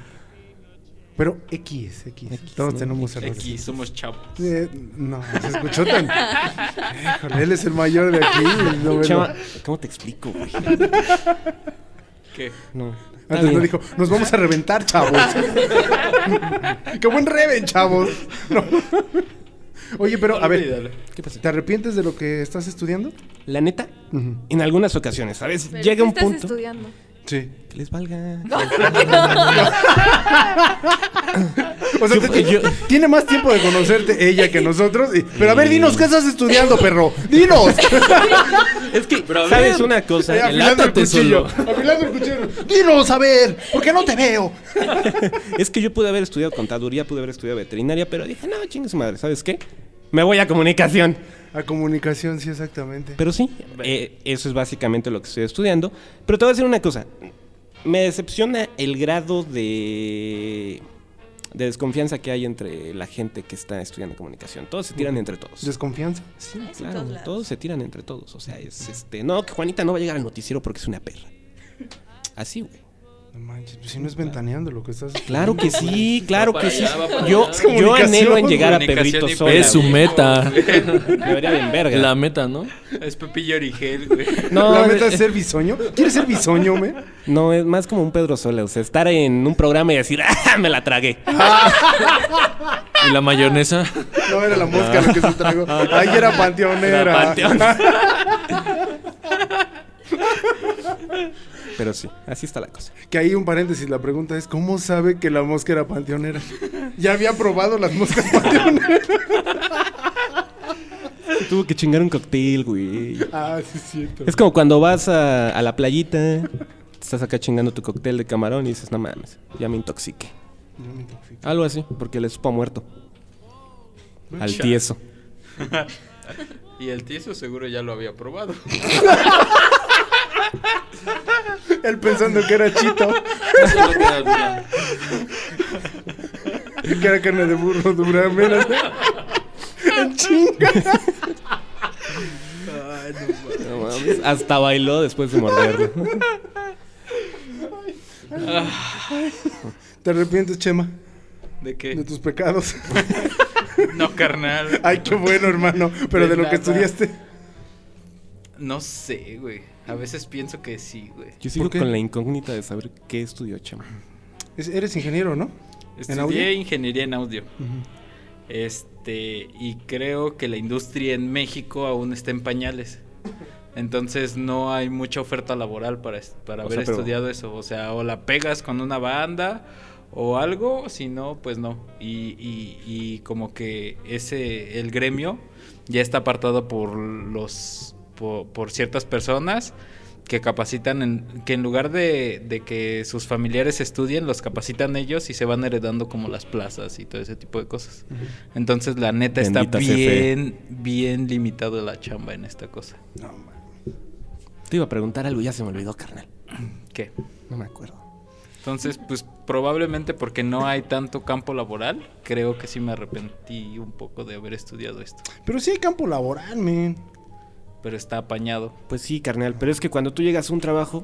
S2: Pero X, X. Todos tenemos errores.
S3: Aquí somos chavos.
S2: Eh, no, se escuchó tan. Híjole, él es el mayor de aquí. no, bueno.
S4: Chema, ¿cómo te explico, güey?
S3: ¿Qué?
S4: No. está
S2: Antes
S4: bien.
S2: no dijo, nos vamos a reventar, chavos. ¡Qué buen reven, chavos! No. Oye, pero a ver,
S3: Olvídalo.
S4: ¿Qué pasa?
S2: ¿te arrepientes de lo que estás estudiando?
S4: La neta, en algunas ocasiones, a veces
S6: Pero
S4: llega
S6: ¿qué
S4: un
S6: estás
S4: punto
S6: estudiando?
S2: Sí.
S4: que les valga.
S2: O sea, te-
S4: yo-
S2: tiene más tiempo de conocerte ella que nosotros. y- pero a ver, dinos, ¿qué estás estudiando, perro? ¡Dinos!
S4: Es que, ¿sabes una
S2: Eh,
S4: cosa?
S2: afilando el
S7: relátate
S2: cuchillo.
S7: solo.
S2: Afilando el cuchillo. ¡Dinos, a ver! ¿Por qué no te veo?
S4: Es que yo pude haber estudiado contaduría, pude haber estudiado veterinaria, pero dije, no, chingue su madre, ¿sabes qué? Me voy a comunicación.
S2: A comunicación, sí, exactamente.
S4: Pero sí, eh, eso es básicamente lo que estoy estudiando. Pero te voy a decir una cosa. Me decepciona el grado de, de desconfianza que hay entre la gente que está estudiando comunicación. Todos se tiran entre todos.
S2: ¿Desconfianza?
S4: Sí,
S6: Ah, es en
S4: claro,
S6: todos
S4: todos,
S6: lados.
S4: se tiran entre todos. O sea, es este. No, que Juanita no va a llegar al noticiero porque es una perra. Así, güey.
S2: No manches, pues si no es ventaneando lo que estás
S4: Claro que sí, claro
S7: Va
S4: que
S7: para
S4: sí.
S7: allá, va para
S4: Yo,
S7: allá.
S2: Es
S4: yo anhelo en
S2: comunicación,
S4: llegar a
S3: comunicación
S4: Pedrito
S3: y
S4: Sola.
S7: Es su
S4: güey.
S7: meta.
S4: Me vería bien verga.
S7: La meta, ¿no?
S3: Es Pepillo Origel, güey.
S4: No, eh.
S2: ¿La meta
S4: es-
S2: es ser bisoño? ¿Quieres ser bisoño, me?
S4: No, es más como un Pedro Sola. O sea, estar en un programa y decir, ¡ah! Me la tragué.
S7: Y la mayonesa.
S2: No era la mosca lo que se tragó. Ay, era panteonera.
S4: Era
S7: Ah.
S4: Pero sí, así está la cosa.
S2: Que ahí un paréntesis, la pregunta es, ¿cómo sabe que la mosca era panteonera? Ya había probado las moscas panteoneras.
S4: Tuvo que chingar un cóctel, güey.
S2: Ah, sí, es cierto.
S4: Es como cuando vas a, a la playita, estás acá chingando tu cóctel de camarón y dices, no mames, ya me intoxiqué. Algo así, porque le supo a muerto. Al tieso.
S3: Y el tieso seguro ya lo había probado.
S2: Él pensando que era chito, que era carne de burro, durameras. en chinga.
S4: No mames, Hasta bailó después de morderlo.
S2: ¿Te arrepientes, Chema,
S3: ¿De
S2: de
S3: qué?
S2: tus pecados?
S3: No, carnal.
S2: Ay, qué bueno, hermano. Pero de lo que
S3: nada.
S2: estudiaste.
S3: No sé, güey. A veces pienso que sí, güey.
S4: Yo sigo
S2: ¿Por qué?
S4: con la incógnita de saber qué estudió Chema.
S2: Es- Eres ingeniero, ¿no? ¿En audio?
S3: Estudié ingeniería en audio. Este, y creo que la industria en México aún está en pañales. Entonces no hay mucha oferta laboral para, es- para
S4: O
S3: haber
S4: sea, pero-
S3: estudiado eso. O sea, o la pegas con una banda o algo, si no, pues no. Y, y- y como que ese, el gremio ya está apartado por los, por, por ciertas personas que capacitan, en, que en lugar de, de que sus familiares estudien, los capacitan ellos y se van heredando como las plazas y todo ese tipo de cosas. Entonces la neta
S4: Bendita
S3: está
S4: CFE.
S3: bien, bien limitado la chamba en esta cosa.
S4: Te iba a preguntar algo, ya se me olvidó, carnal.
S3: ¿Qué?
S4: No me acuerdo.
S3: Entonces, pues probablemente porque no hay tanto campo laboral, creo que sí me arrepentí un poco de haber estudiado esto.
S2: Pero sí hay campo laboral, men.
S3: Pero está apañado.
S4: Pues sí, carnal, pero es que cuando tú llegas a un trabajo,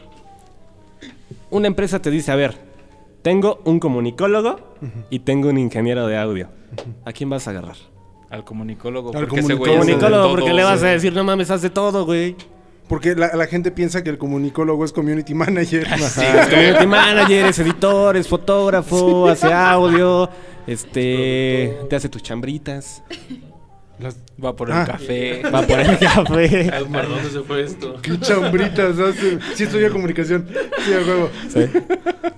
S4: una empresa te dice, a ver, tengo un comunicólogo y tengo un ingeniero de audio. ¿A quién vas a agarrar?
S3: Al comunicólogo.
S2: Al
S3: porque ese güey hace de
S4: Comunicólogo,
S3: todo,
S4: porque le vas a
S3: güey.
S4: decir, no mames, haz de todo, güey.
S2: Porque la, la gente piensa que el comunicólogo es community manager.
S3: Ah, Sí,
S4: Es
S3: güey.
S4: Ah, community manager, es editor, es fotógrafo, hace audio, este, te hace tus chambritas,
S2: Las
S3: Va por el
S2: Ah.
S3: café.
S4: va por el café.
S7: ¿Para dónde se fue esto?
S2: qué chambritas hace. Sí estudia comunicación. Sí, a huevo.
S4: Sí.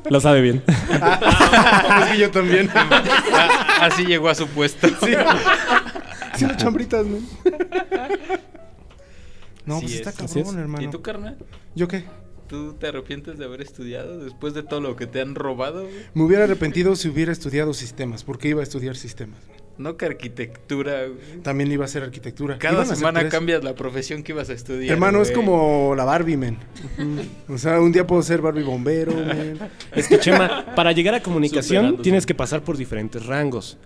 S4: Lo sabe bien.
S2: es que yo también.
S3: Ah, Así llegó a su puesto.
S2: Sí. Sí, las chambritas, ¿no? No,
S3: Así
S2: pues está
S3: es.
S4: Así es.
S2: cabrón, hermano.
S3: ¿Y tú, carnal?
S2: ¿Yo qué?
S3: ¿Tú te arrepientes de haber estudiado después de todo lo que te han robado? güey?
S2: Me hubiera arrepentido si hubiera estudiado sistemas, porque iba a estudiar sistemas.
S3: No que arquitectura. güey.
S2: También iba a hacer arquitectura.
S3: Cada
S2: Iban a hacer
S3: semana
S2: tres.
S3: cambias la profesión que ibas a estudiar.
S2: Hermano, es
S3: güey.
S2: como la Barbie, men. O sea, un día puedo ser Barbie bombero, men.
S4: Es que Chema, para llegar a comunicación
S7: Superándose.
S4: tienes que pasar por diferentes rangos.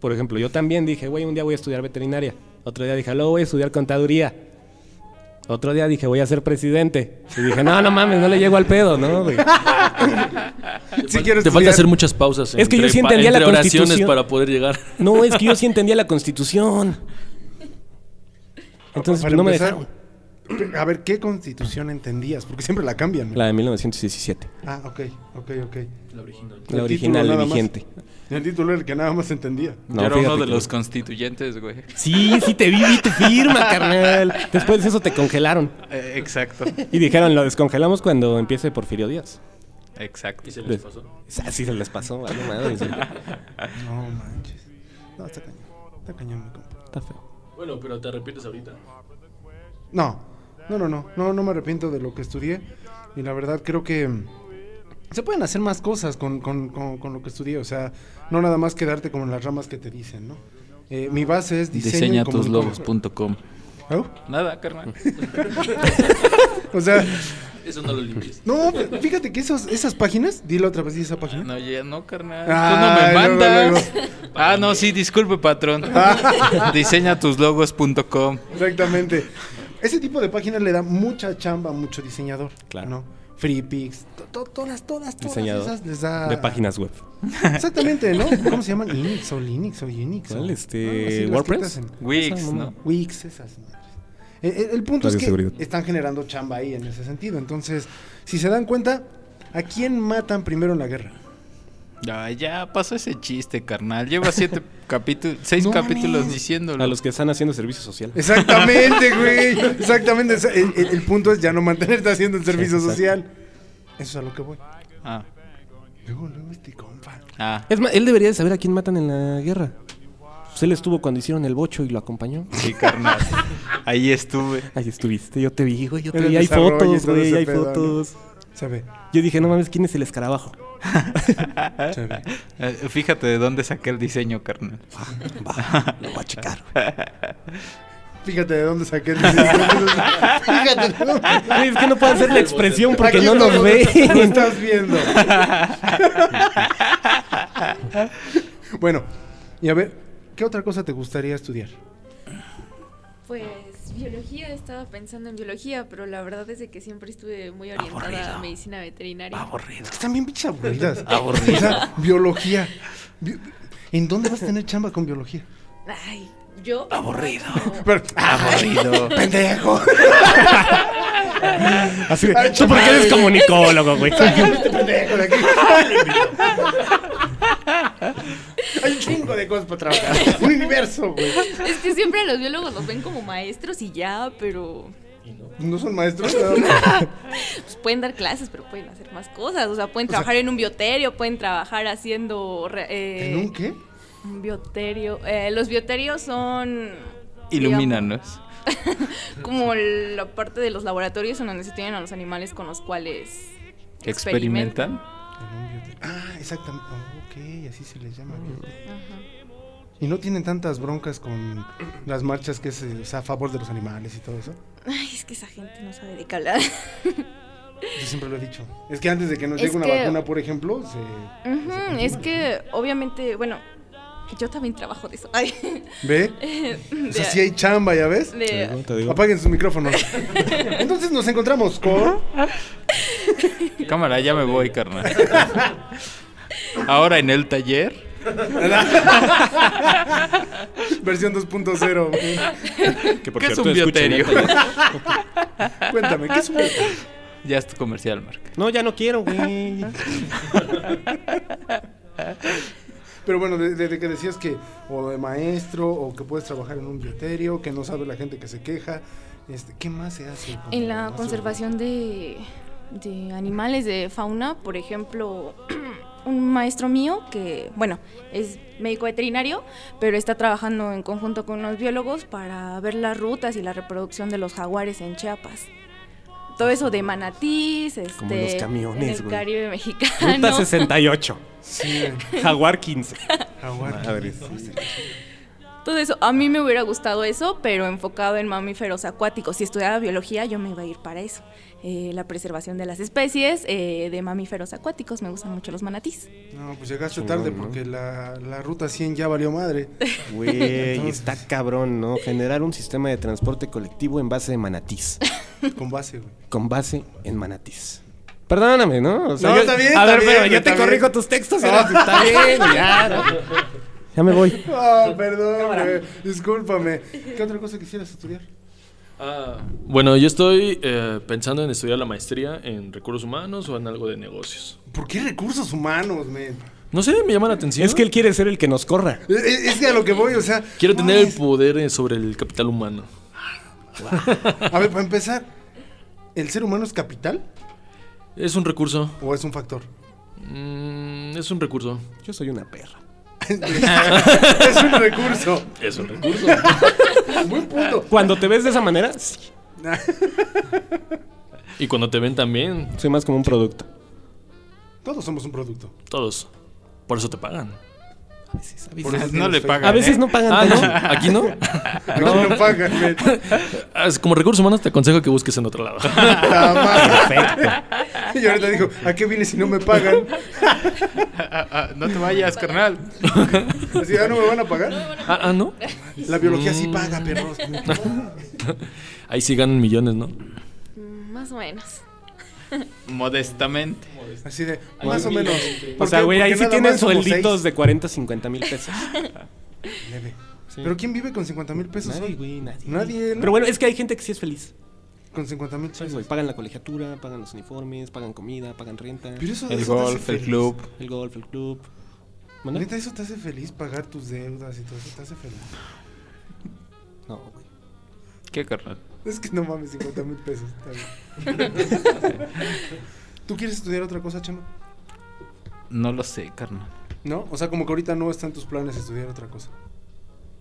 S4: Por ejemplo, yo también dije, güey, un día voy a estudiar veterinaria. Otro día dije, luego voy a estudiar contaduría. Otro día dije, voy a ser presidente. Y dije, no, no mames, no le llego al pedo, ¿no? güey?".
S2: Si quieres
S7: Te
S2: estudiar-
S7: falta hacer muchas pausas.
S4: Es que yo
S7: entre
S4: sí
S7: pa-
S4: entendía la
S7: entre oraciones
S4: Constitución.
S7: para poder llegar.
S4: No, es que yo sí entendía la constitución. Entonces, pues,
S2: Para
S4: no me
S2: empezar,
S4: dejaron.
S2: A ver, ¿qué constitución entendías? Porque siempre la cambian. men.
S4: La de 1917,
S2: Ah, ok, ok, ok.
S4: la
S2: El
S4: original,
S2: título
S4: la
S2: nada más.
S4: vigente.
S2: El título era el que nada más entendía.
S4: No,
S3: Yo era uno
S4: fíjate
S3: de
S4: que
S3: los
S4: no.
S3: constituyentes, güey.
S4: Sí, sí, te vi, vi tu firma, carnal. Después de eso te congelaron.
S3: Eh, exacto,
S4: Y dijeron, lo descongelamos cuando empiece Porfirio Díaz.
S3: exacto.
S4: Les- Así se les pasó, vale, madre, sí.
S2: No manches. No, está cañón. Está cañón, mi compa.
S4: Está feo.
S7: Bueno, pero te arrepientes ahorita.
S2: No, no, no, no. No, no me arrepiento de lo que estudié. Y la verdad, creo que. mm, Se pueden hacer más cosas con, con- con- con lo que estudié. O sea, no nada más quedarte como en las ramas que te dicen, ¿no? Eh, mi base es diseño. y comunicación.
S3: Diseñatuslogos.com.
S2: ¿Oh?
S3: Nada, carnal.
S2: O sea,
S7: Eso no lo limpies.
S2: no, fíjate que esos, esas páginas. Dilo otra vez, ¿y esa página?
S4: Ah,
S3: No, ya no, carnal.
S2: Ay,
S3: Tú no me
S2: luego,
S3: mandas. Ah, no, sí, disculpe, patrón. Diseñatuslogos.com.
S2: Exactamente. Ese tipo de páginas le da mucha chamba a mucho diseñador.
S4: Claro.
S2: ¿no? Free pics, to- to- todas, todas, todas
S4: Diseñador
S2: esas les da...
S4: De páginas web.
S2: Exactamente, ¿no? ¿Cómo se llaman? Inix o Linux o Unix. o-
S4: ¿Cuál? Este,
S2: algo así, las
S4: ¿WordPress?
S2: que te hacen.
S3: Wix, ¿no?
S2: Wix, esas madres. Eh, eh, El punto es
S4: Radio
S2: que
S4: Seguridad.
S2: están generando chamba ahí en ese sentido. Entonces, si se dan cuenta, ¿a quién matan primero en la guerra?
S3: Ya, ya pasó ese chiste, carnal. Lleva siete capítulos, seis
S2: No
S3: capítulos
S2: mames.
S3: diciéndolo.
S4: A los que están haciendo servicio social.
S2: Exactamente, güey. Exactamente. Esa- El, el- el punto es ya no mantenerte haciendo el servicio
S4: exacto.
S2: social. Eso es a lo que voy.
S3: Ah,
S2: Luego, luego este compa.
S3: ah.
S4: Es más, él debería de saber a quién matan en la guerra. Pues él estuvo cuando hicieron el bocho y lo acompañó.
S3: Sí, carnal. Ahí estuve.
S4: Ahí estuviste, yo te vi, güey, yo te
S2: En el
S4: vi. Hay
S2: desarrollo y
S4: fotos,
S2: todo
S4: güey,
S2: ese
S4: hay
S2: pedo, ¿no?
S4: fotos.
S2: Se ve,
S4: Yo dije, no mames, ¿quién es el escarabajo?
S2: se ve.
S3: Eh, Fíjate de dónde saqué el diseño, carnal.
S4: Va, lo voy a checar.
S2: Fíjate de dónde saqué el Fíjate de dónde.
S4: Güey, es que no puedo hacer la expresión porque
S2: Aquí
S4: no nos
S2: estamos, Lo
S4: ve.
S2: estás viendo. bueno, y a ver, ¿qué otra cosa te gustaría estudiar?
S6: Pues biología, estaba pensando en biología, pero la verdad es de que siempre estuve muy orientada
S3: Aburrido.
S6: a medicina veterinaria.
S3: Aburrido.
S2: Están bien pinches aburridas.
S3: Aburrido.
S2: O sea, biología. Bi- ¿En dónde vas a tener chamba con biología?
S6: Ay, yo.
S3: Aburrido.
S2: Pero,
S4: Ah,
S3: Aburrido.
S2: pendejo.
S4: Así de, ¿Tú por qué eres comunicólogo, güey?
S2: Este pendejo de aquí. Hay un chingo de cosas para trabajar. Un universo, güey.
S6: Es que siempre a los biólogos los ven como maestros y ya, pero
S2: No son maestros. nada más.
S6: pues, pueden dar clases, pero pueden hacer más cosas. O sea, pueden trabajar en un bioterio, pueden trabajar haciendo. re- eh,
S2: ¿En un qué?
S6: un bioterio. Eh, los bioterios son.
S3: Ilumínanos.
S6: digamos, como la parte de los laboratorios en donde se tienen a los animales con los cuales experimentan.
S3: Experimentan.
S2: Ah, exactamente. Ah, ok, así se les llama.
S6: Ajá.
S2: Y no tienen tantas broncas con las marchas que es eh, o sea, a favor de los animales y todo eso.
S6: Ay, es que esa gente no sabe de qué hablar.
S2: Yo siempre lo he dicho. Es que antes de que nos
S6: Es
S2: llegue una
S6: que-
S2: vacuna, por ejemplo, se...
S6: Ujú, es que obviamente, bueno, yo también trabajo de eso. Ay,
S2: ¿Ve?
S6: de-
S2: O sea, sí hay chamba, ¿ya ves?
S6: de-
S2: Apaguen sus micrófonos. Entonces nos encontramos con...
S3: Cámara, ya me voy, carnal. Ahora en el taller.
S2: Versión 2.0.
S4: Que por
S3: ¿Qué es
S4: cierto,
S3: un
S4: escuchen, ¿eh?
S3: bioterio?
S4: neta, ya-
S2: Cuéntame, ¿qué es un bioterio?
S3: Ya es tu comercial, Mark.
S4: No, ya no quiero, güey.
S2: Pero bueno, desde que decías que o de maestro o que puedes trabajar en un bioterio, que no sabe la gente que se queja, este, ¿qué más se hace? con-
S6: en la
S2: con-
S6: conservación de, de animales de fauna, por ejemplo, un maestro mío que, bueno, es médico veterinario, pero está trabajando en conjunto con unos biólogos para ver las rutas y la reproducción de los jaguares en Chiapas. Todo eso de manatís, este,
S4: Como los camiones,
S6: en el
S4: güey.
S6: Caribe mexicano.
S4: Ruta 68.
S2: Sí,
S4: Jaguar 15.
S2: jaguar.
S4: Madres.
S2: Sí.
S6: Todo eso, a mí me hubiera gustado eso, pero enfocado en mamíferos acuáticos. Si estudiaba biología, yo me iba a ir para eso. Eh, la preservación de las especies eh, de mamíferos acuáticos, me gustan mucho los manatís.
S2: No, pues llegaste tarde
S4: Chingón, ¿no?
S2: porque la, la ruta 100 ya valió madre.
S4: Güey, está cabrón, ¿no? Generar un sistema de transporte colectivo en base de manatís.
S2: Con base, güey.
S4: Con base en manatís. Perdóname, ¿no? O
S2: No,
S4: yo-
S2: está bien,
S4: A
S2: está
S4: ver,
S2: bien,
S4: pero yo
S2: está
S4: te
S2: bien.
S4: corrijo tus textos. y ahora tú, Está bien, ya. no. Ya me voy.
S2: Ah, perdón, güey. Discúlpame. ¿Qué otra cosa quisieras estudiar?
S7: Ah, bueno, yo estoy eh, pensando en estudiar la maestría en recursos humanos o en algo de negocios.
S2: ¿Por qué recursos humanos, men?
S7: No sé, me llama la atención.
S4: Es que él quiere ser el que nos corra.
S2: Es, Eh, es que a lo que voy, o sea.
S7: Quiero
S2: no
S7: tener el
S2: es-
S7: poder eh, sobre el capital humano.
S2: A ver, para empezar, ¿el ser humano es capital
S7: Es un recurso.
S2: o es un factor?
S7: Mm, es un recurso.
S4: Yo soy una perra.
S2: es un recurso.
S7: Es un recurso.
S2: Buen punto.
S4: Cuando te ves de esa manera, sí.
S7: y cuando te ven también,
S4: Soy más como un producto.
S2: Todos somos un producto.
S7: todos. Por eso te pagan.
S3: Por eso no le pagan. ¿eh?
S4: A veces no pagan
S7: Ah,
S4: tanto.
S7: ¿no? ¿Aquí no?
S2: Aquí no, pagan, men.
S7: Ah, es Como recursos humanos te aconsejo que busques en otro lado.
S2: La madre. Y ahorita digo, ¿a qué vine si no me pagan?
S3: Ah, no te vayas, carnal.
S2: Así, ah, no me van a pagar.
S7: ah, ah, ¿no?
S2: La biología
S4: Mm.
S2: sí paga, perros.
S7: Ahí sí ganan millones, ¿no?
S6: Mm, Más o menos.
S3: Modestamente.
S2: Así de, más o menos.
S4: O
S2: ¿Por
S4: sea,
S2: qué?
S4: güey, ahí
S2: Porque
S4: sí
S2: nada
S4: tienen
S2: más somos
S4: suelditos de 40, 50 mil pesos.
S2: seis. Leve. Pero ¿quién vive con 50 mil pesos
S4: Nadie,
S2: hoy?
S4: güey, nadie.
S2: Pues Nadie, ¿no?
S4: Pero bueno, es que hay gente que sí es feliz.
S2: Con 50 mil
S4: Sí,
S2: pesos.
S4: güey, pagan la colegiatura, pagan los uniformes, pagan comida, pagan renta,
S2: Pero eso,
S3: El
S2: eso te hace
S3: golf, el
S2: feliz.
S3: club.
S4: el golf, el club. ¿Mande?
S2: Neta, eso te hace feliz, pagar tus deudas y todo eso te hace feliz.
S4: No, güey.
S3: ¿Qué, carnal?
S2: Es que no mames, 50 mil pesos. está bien. ¿Tú quieres estudiar otra cosa, Chema?
S3: No lo sé, carnal.
S2: ¿No? O sea, como que ahorita no están tus planes estudiar otra cosa.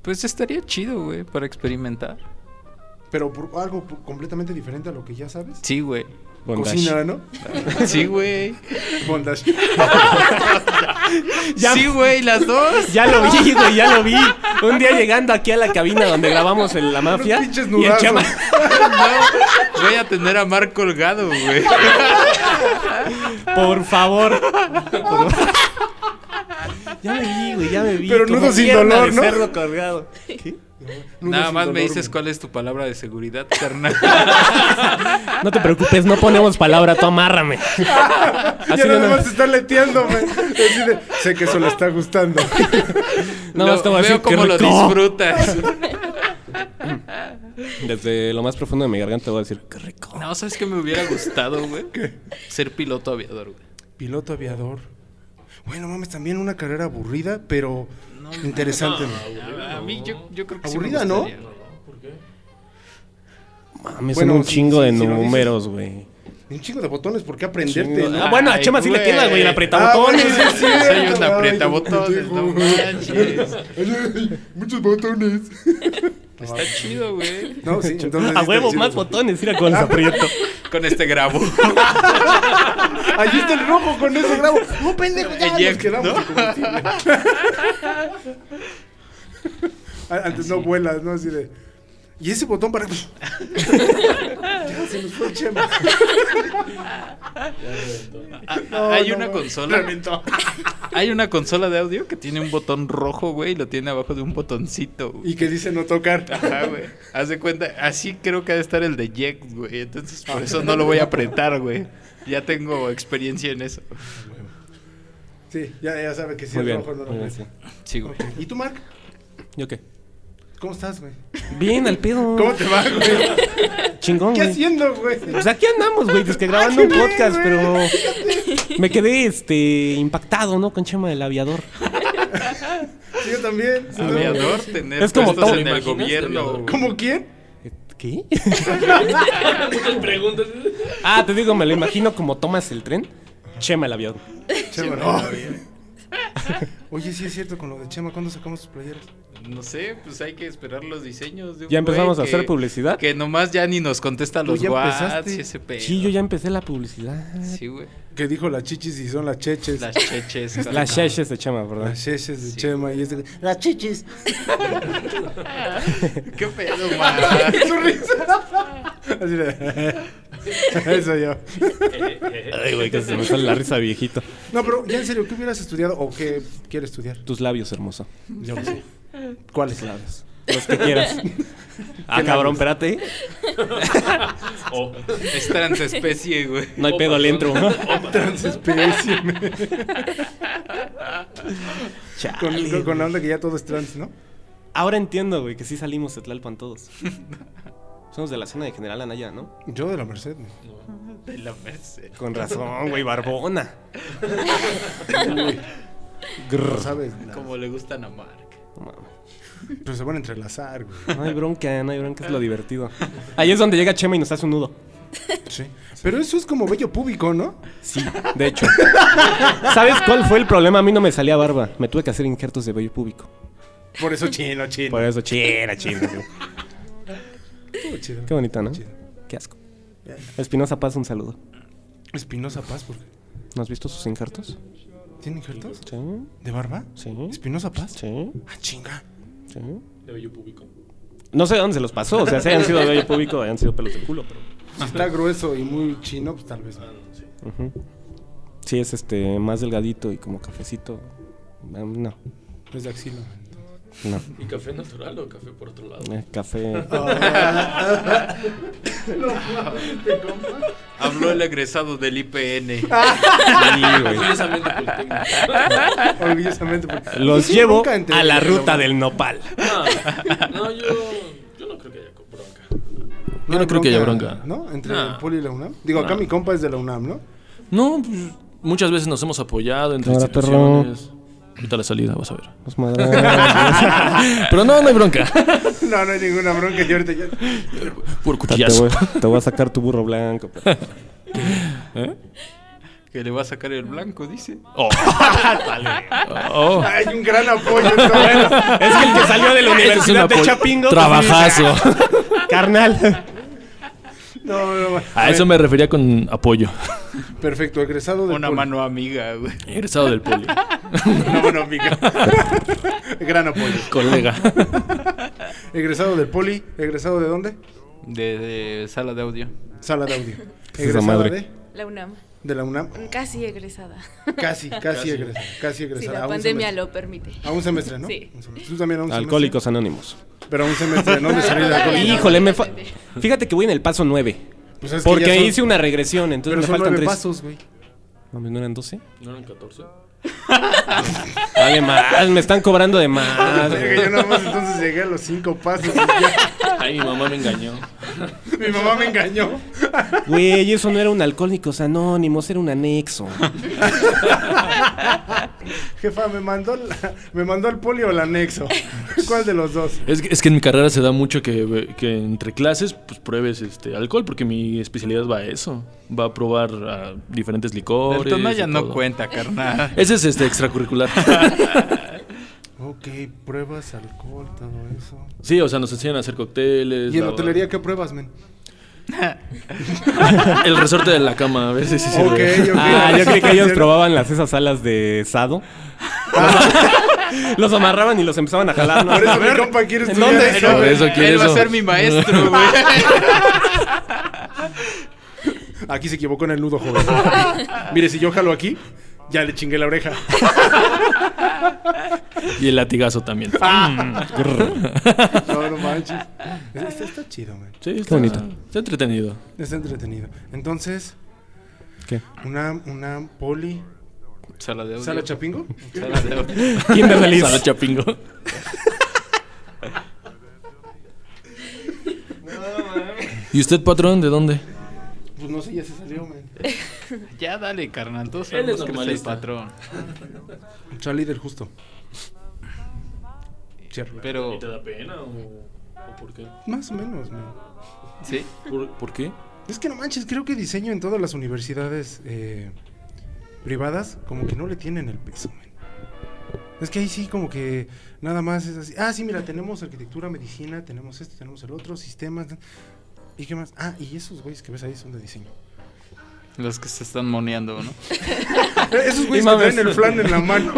S3: Pues estaría chido, güey, para experimentar.
S2: Pero por algo por- completamente diferente a lo que ya sabes.
S3: Sí, güey.
S4: Bondage.
S2: Cocina, ¿no?
S3: Sí, güey.
S2: Bondage.
S4: Ya-
S3: Sí, güey, las dos.
S4: Ya lo vi, güey, ya lo vi. Un día llegando aquí a la cabina donde grabamos el- la mafia.
S2: Unos pinches
S4: y el
S2: nudazos.
S4: chama.
S3: No, voy a tener a Mark colgado, güey.
S4: Por favor. Por- Ya me vi, güey, ya me vi.
S2: Pero
S4: como
S2: nudo sin
S4: pierna
S2: dolor,
S4: de
S2: ¿no?
S4: cerdo colgado. ¿Qué?
S3: Nada más me dices cuál es tu palabra de seguridad, carnal.
S4: No te preocupes, no ponemos palabra, tú amárrame. Así
S3: Ah,
S2: Ya
S4: de
S2: nada
S4: una-
S2: más está leteando, güey. Así de, Sé que eso le está gustando.
S4: No,
S3: Lo-
S4: estaba así,
S3: veo
S4: qué
S3: cómo lo
S4: rico.
S3: disfrutas.
S4: Desde lo más profundo de mi garganta voy a decir, qué rico.
S3: No, ¿sabes qué me hubiera gustado, güey? Ser piloto aviador, güey.
S2: Piloto aviador. Bueno, mames, también una carrera aburrida, pero interesante. güey.
S3: A, a mí yo, yo creo que
S2: Aburrida,
S3: sí me
S2: ¿no?
S3: gustaría, güey.
S4: Mames,
S2: Bueno,
S4: son Ah, un
S2: si-
S4: chingo de
S2: si- si lo dices.
S4: números, güey.
S2: Y Un chingo de botones, ¿por qué aprenderte?
S4: Ah,
S2: no?
S4: bueno, a Chema sí le
S3: güey.
S4: queda, güey, el
S2: Ah, bueno,
S4: apretabotones.
S2: sí es cierto,
S3: Soy un
S2: ay,
S3: apretabotones,
S2: pendejo.
S3: no manches.
S2: Ay, Muchos botones.
S3: Está chido, güey.
S2: No, sí, entonces
S4: a
S2: sí
S4: huevo,
S2: está
S4: más
S2: chido.
S4: botones, mira con los aprieto.
S3: Con este grabo.
S2: Ahí está el rojo con ese grabo. No, pendejo, ya nos
S3: Eject,
S2: quedamos
S3: ¿no?
S2: sin combustible. A- Ah, Antes no vuelas, ¿no? Así de. ¿Y ese botón para.? ya se nos fue el chema.
S3: A-
S2: No,
S3: Ah, hay
S2: no,
S3: una
S2: no.
S3: consola. Hay una consola de audio que tiene un botón rojo, güey, y lo tiene abajo de un botoncito, güey.
S2: Y que dice no tocar.
S3: Ajá, güey. Haz de cuenta, así creo que ha de estar el de Jack, güey. Entonces
S2: Ah.
S3: por eso no lo voy a apretar, güey. Ya tengo experiencia en eso.
S2: Sí, ya, ya sabe que si
S4: Muy
S2: es
S4: bien.
S2: rojo no lo
S4: muy bien,
S2: ves.
S4: sí.
S3: Sí, güey.
S2: ¿Y tú, Mark?
S4: ¿Yo qué?
S2: ¿Cómo estás, güey?
S4: Bien, al pedo.
S2: ¿Cómo te va, güey?
S4: Chingón,
S2: ¿Qué
S4: güey.
S2: haciendo, güey?
S4: Pues aquí andamos, güey, desde que grabando
S2: qué
S4: un
S2: bien,
S4: podcast,
S2: güey.
S4: pero me quedé este impactado, ¿no? Con Chema del aviador.
S2: Sí, Yo también.
S3: Aviador, tener
S4: Es como
S3: puestos
S4: todo.
S3: en
S7: ¿Lo
S3: el
S7: imaginas,
S3: gobierno.
S7: aviador?
S3: güey.
S2: ¿Cómo quién?
S4: ¿Qué?
S7: Preguntas.
S4: Ah, te digo, me lo imagino como tomas el tren, Chema el aviador.
S2: Chema, no. Oye, sí es cierto con lo de Chema. ¿Cuándo sacamos tus playeras?
S3: No sé, pues hay que esperar los diseños. de un
S4: ¿Ya empezamos
S3: güey
S4: a hacer
S3: que-
S4: publicidad?
S3: Que nomás ya ni nos contesta los
S2: ya
S3: WhatsApp
S2: empezaste.
S3: y ese pedo.
S4: Sí, yo ya empecé la publicidad.
S3: Sí, güey.
S2: Que dijo las chichis y son las cheches.
S3: Las cheches. está
S4: Las
S3: cabrón.
S4: shashes de Chema, ¿verdad?
S2: Las cheches de Chema y este. Las chichis.
S3: Qué pedo, man.
S2: Su risa. Así de. Eso yo.
S4: Ay, güey, que se me sale la risa viejito.
S2: No, pero ya en serio, ¿qué hubieras estudiado o qué quieres estudiar?
S4: Tus labios, hermoso.
S2: Yo no sé. ¿Cuáles lados?
S4: Los que quieras. Ah, cabrón, espérate.
S3: Oh, Es transespecie, güey. Oh,
S4: No
S7: Oh,
S4: hay pedo, le entro.
S2: Transespecie. me- con, con- con la onda que ya todo es trans, ¿no?
S4: Ahora entiendo, güey, que sí salimos de Tlalpan todos. Somos de la zona de General Anaya, ¿no?
S2: Yo de la Merced. güey.
S3: De la merced.
S4: Con razón, güey, barbona.
S2: No sabes. nada.
S3: Como le gustan a Mark.
S4: No mames.
S2: Pero Pues se van a entrelazar, güey.
S4: No hay bronca, no hay bronca, es lo divertido. Ahí es donde llega Chema y nos hace un nudo.
S2: Sí. Pero eso es como bello público, ¿no?
S4: Sí, de hecho. ¿Sabes cuál fue el problema? A mí no me salía barba. Me tuve que hacer injertos de vello público.
S2: Por eso chino, chino.
S4: Por eso, china, china. güey.
S2: Estuvo chido.
S4: Qué bonita, ¿no? Qué asco. Espinosa Paz, un saludo.
S2: Espinosa Paz, ¿por qué?
S4: ¿No has visto sus injertos?
S2: ¿Tiene injertos?
S4: Sí,
S2: ¿De barba?
S4: sí,
S2: ¿Espinosa Paz?
S4: sí,
S2: Ah, chinga.
S4: sí.
S7: De bello público.
S4: No sé dónde se los pasó. O sea, si hayan sido de vello público, hayan sido pelos de culo, pero...
S2: Si está grueso y muy chino, pues tal vez no.
S4: Ujú. Sí, es este más delgadito y como cafecito. Um, No,
S2: Es de axila.
S4: no.
S7: ¿Y café natural o café por otro lado?
S4: Eh, Café.
S2: Oh,
S3: Habló el egresado del IPN.
S4: Sí, güey.
S7: Curiosamente, Politécnico.
S2: Orgullosamente. porque-
S4: Los
S2: Sí,
S4: llevo
S2: nunca enteré
S4: a la
S2: de lo-
S4: ruta del nopal.
S7: No, no, yo, yo no creo que haya bronca.
S2: No,
S7: no
S2: hay
S7: creo que haya bronca.
S2: ¿No? Entre
S7: Nah.
S2: el Poli y la UNAM. Digo, acá
S7: Nah.
S2: mi compa es de la UNAM, ¿no?
S7: No, pues, muchas veces nos hemos apoyado entre
S4: Ahora, perro.
S7: instituciones. Ahorita la salida, vas a ver.
S4: Los madres.
S7: Pero no, no hay bronca.
S2: No, no hay ninguna bronca. Yo ahorita ya.
S4: Te
S7: Por
S4: voy,
S7: cuchillazo.
S4: te voy a sacar tu burro blanco. pero-
S7: ¿Eh?
S3: Que le va a sacar el blanco, dice.
S7: Oh. Oh.
S2: Hay un gran apoyo. ¿no?
S4: Es que el que salió de la
S7: Ese es
S4: universidad
S7: un
S4: de
S7: apoyo.
S4: Chapingo. pues,
S7: Trabajazo.
S4: sí, Carnal.
S2: No, no, no.
S7: A eso me refería con apoyo.
S2: Perfecto, egresado de.
S3: Una mano amiga, güey.
S7: Egresado del poli.
S2: Una mano amiga. gran apoyo.
S7: Colega.
S2: Egresado del Poli. ¿Egresado de dónde?
S3: De, de sala de audio.
S2: Sala de audio.
S4: es esa
S2: Egresado
S4: madre?
S2: de.
S6: La UNAM,
S2: De la UNAM.
S6: casi egresada.
S2: Casi, casi, egresada. Casi
S6: Si
S2: egresada.
S6: la
S2: a un
S6: pandemia
S2: semestre.
S6: lo permite.
S2: A un semestre, ¿no?
S6: Sí.
S2: Un semestre. Tú también a un semestre.
S4: Alcohólicos Anónimos.
S2: Pero un semestre, ¿no? De salir de la
S5: Todavía
S2: comunidad.
S4: Híjole, me fa- fíjate que voy en el paso 9.
S2: Pues es que ya
S4: Porque
S2: son-
S4: hice una regresión, entonces
S2: Pero
S4: me
S2: son
S4: faltan
S2: nueve
S4: 3.
S2: pasos, güey.
S4: No, ¿no eran 12?
S7: ¿No eran 14?
S4: Vale, más, me están cobrando de más.
S2: Verga, Yo nada más entonces llegué a los cinco pasos. y ya.
S7: Ay, mi mamá me engañó.
S2: Mi mamá me engañó.
S4: Güey, eso no era un alcohólicos anónimos, era un anexo.
S2: Jefa, me mandó, la- me mandó el polio o el anexo. ¿Cuál de los dos?
S7: Es que, es que en mi carrera se da mucho que, que entre clases pues pruebes este alcohol, porque mi especialidad va a eso. Va a probar ah, diferentes licores.
S3: El tono
S7: y
S3: ya no
S7: todo.
S3: cuenta, carnal.
S7: Ese es este extracurricular.
S2: Ok, pruebas, alcohol, todo eso.
S7: sí, o sea, nos enseñan a hacer cócteles.
S2: ¿Y en
S7: la-
S2: hotelería qué pruebas, men?
S7: El resorte de la cama, a veces sí
S2: Ok,
S7: sirve.
S2: ok.
S4: Ah, yo creí que ellos probaban las esas alas de sado. Los amarraban y los empezaban a jalar. ¿no?
S2: Por eso mi compa quiere
S4: ¿en
S2: estudiar
S4: dónde?
S2: eso,
S7: Por
S2: güey.
S7: eso quiere
S3: Él va a
S7: eso.
S3: ser mi maestro, güey.
S2: Aquí se equivocó en el nudo, joven. Mire, si yo jalo aquí, ya le chingué la oreja.
S7: Y el latigazo también.
S2: Ah.
S7: Mm.
S2: No, no manches. Está, está chido, man.
S7: Sí, está,
S4: bonito.
S7: Está entretenido.
S2: Está entretenido. Entonces,
S4: ¿Qué?
S2: una, una poli.
S3: Sala de audio.
S2: ¿Sala Chapingo?
S3: Sala de audio.
S4: Kimberly.
S7: Sala Chapingo. ¿Y usted, patrón, de dónde?
S2: Pues no sé, ya se salió, man.
S3: Ya dale, carnal. Tú
S7: Él es
S3: sabes que eres el
S7: normalista.
S3: patrón.
S2: Salí del justo. Cierro.
S3: Pero,
S7: da pena o, por qué?
S2: Más o menos, man.
S3: sí.
S7: ¿Por, qué?
S2: Es que no manches, creo que diseño en todas las universidades eh, privadas como que no le tienen el peso, men. Es que ahí sí como que nada más es así. Ah, sí, mira, tenemos arquitectura, medicina, tenemos esto, tenemos el otro, sistemas. ¿Y qué más? Ah, y esos güeyes que ves ahí son de diseño.
S3: Los que se están moneando, ¿no?
S2: Eh, Esos güeyes que
S4: mames.
S2: traen el flan en la mano.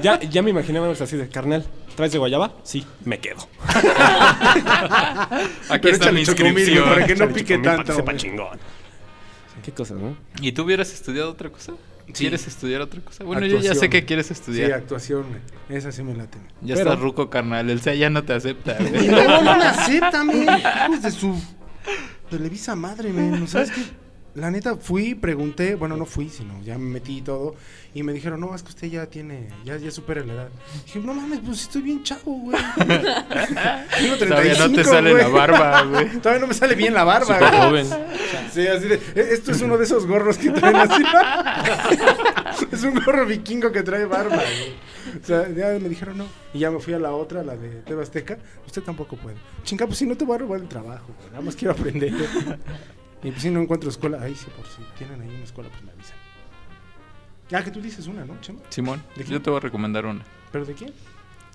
S4: Ya, ya me imaginábamos así de carnal. ¿Traes de guayaba? Sí, me quedo.
S3: Aquí
S2: Pero
S3: está mi
S2: échale chocomil,
S3: inscripción.
S2: güey, para que no pique
S4: Chocomil, para que
S2: tanto.
S4: sepa
S2: men.
S4: chingón. Qué cosas, ¿no?
S3: ¿Y tú hubieras estudiado otra cosa? ¿Quieres estudiar otra cosa? Bueno, yo ya sé
S2: Actuación.
S3: que quieres
S2: Sí,
S3: estudiar.
S2: actuación, men. Esa sí me la tengo.
S3: ya
S4: pero-
S3: está ruco, carnal. El SEA ya no te acepta, güey.
S2: No, no me aceptan, men. Hijos de su Televisa madre, men. ¿No sabes qué? La neta, fui, pregunté, bueno, no fui, sino ya me metí y todo, y me dijeron, no, es que usted ya tiene, ya, ya supera la edad. Dije, no mames, pues estoy bien chavo, güey. Tengo 35,
S3: Todavía no te sale
S2: güey.
S3: la barba, güey.
S2: Todavía no me sale bien la barba,
S7: Súper
S2: güey.
S7: joven.
S2: Sí, así de, "Eh, esto es uno de esos gorros que traen así. es un gorro vikingo que trae barba, güey. O sea, ya me dijeron no. Y ya me fui a la otra, la de TV Azteca. Usted tampoco puede. Chinga, pues si no te voy a robar el trabajo, güey. Nada más quiero aprender. y pues si no encuentro escuela, ahí sí, por si tienen ahí una escuela, pues me avisan. Ah, que tú dices una, ¿no, Chema?
S3: Simón,
S2: ¿De quién?
S3: yo te voy a recomendar una.
S2: ¿Pero de quién?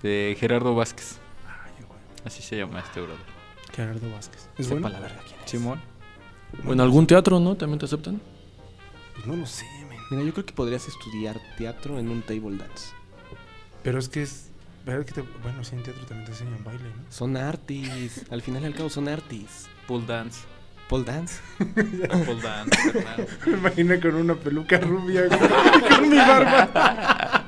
S3: De Gerardo Vázquez.
S2: Ay, Ah, güey.
S3: Así se llama este brother.
S2: Gerardo Vázquez. ¿Es bueno?
S3: Simón.
S7: ¿O en algún teatro, no? ¿También te aceptan?
S2: Pues no lo sé, men.
S4: Mira, yo creo que podrías estudiar teatro en un table dance.
S2: Pero es que es... ¿verdad que te- Bueno, sí, en teatro también te enseñan baile, ¿no?
S4: Son artis. Al final y al cabo son artis.
S3: Pull dance.
S4: Pole dance.
S3: Pull dance, carnal.
S2: Me imaginé con una peluca rubia güey, y con mi barba.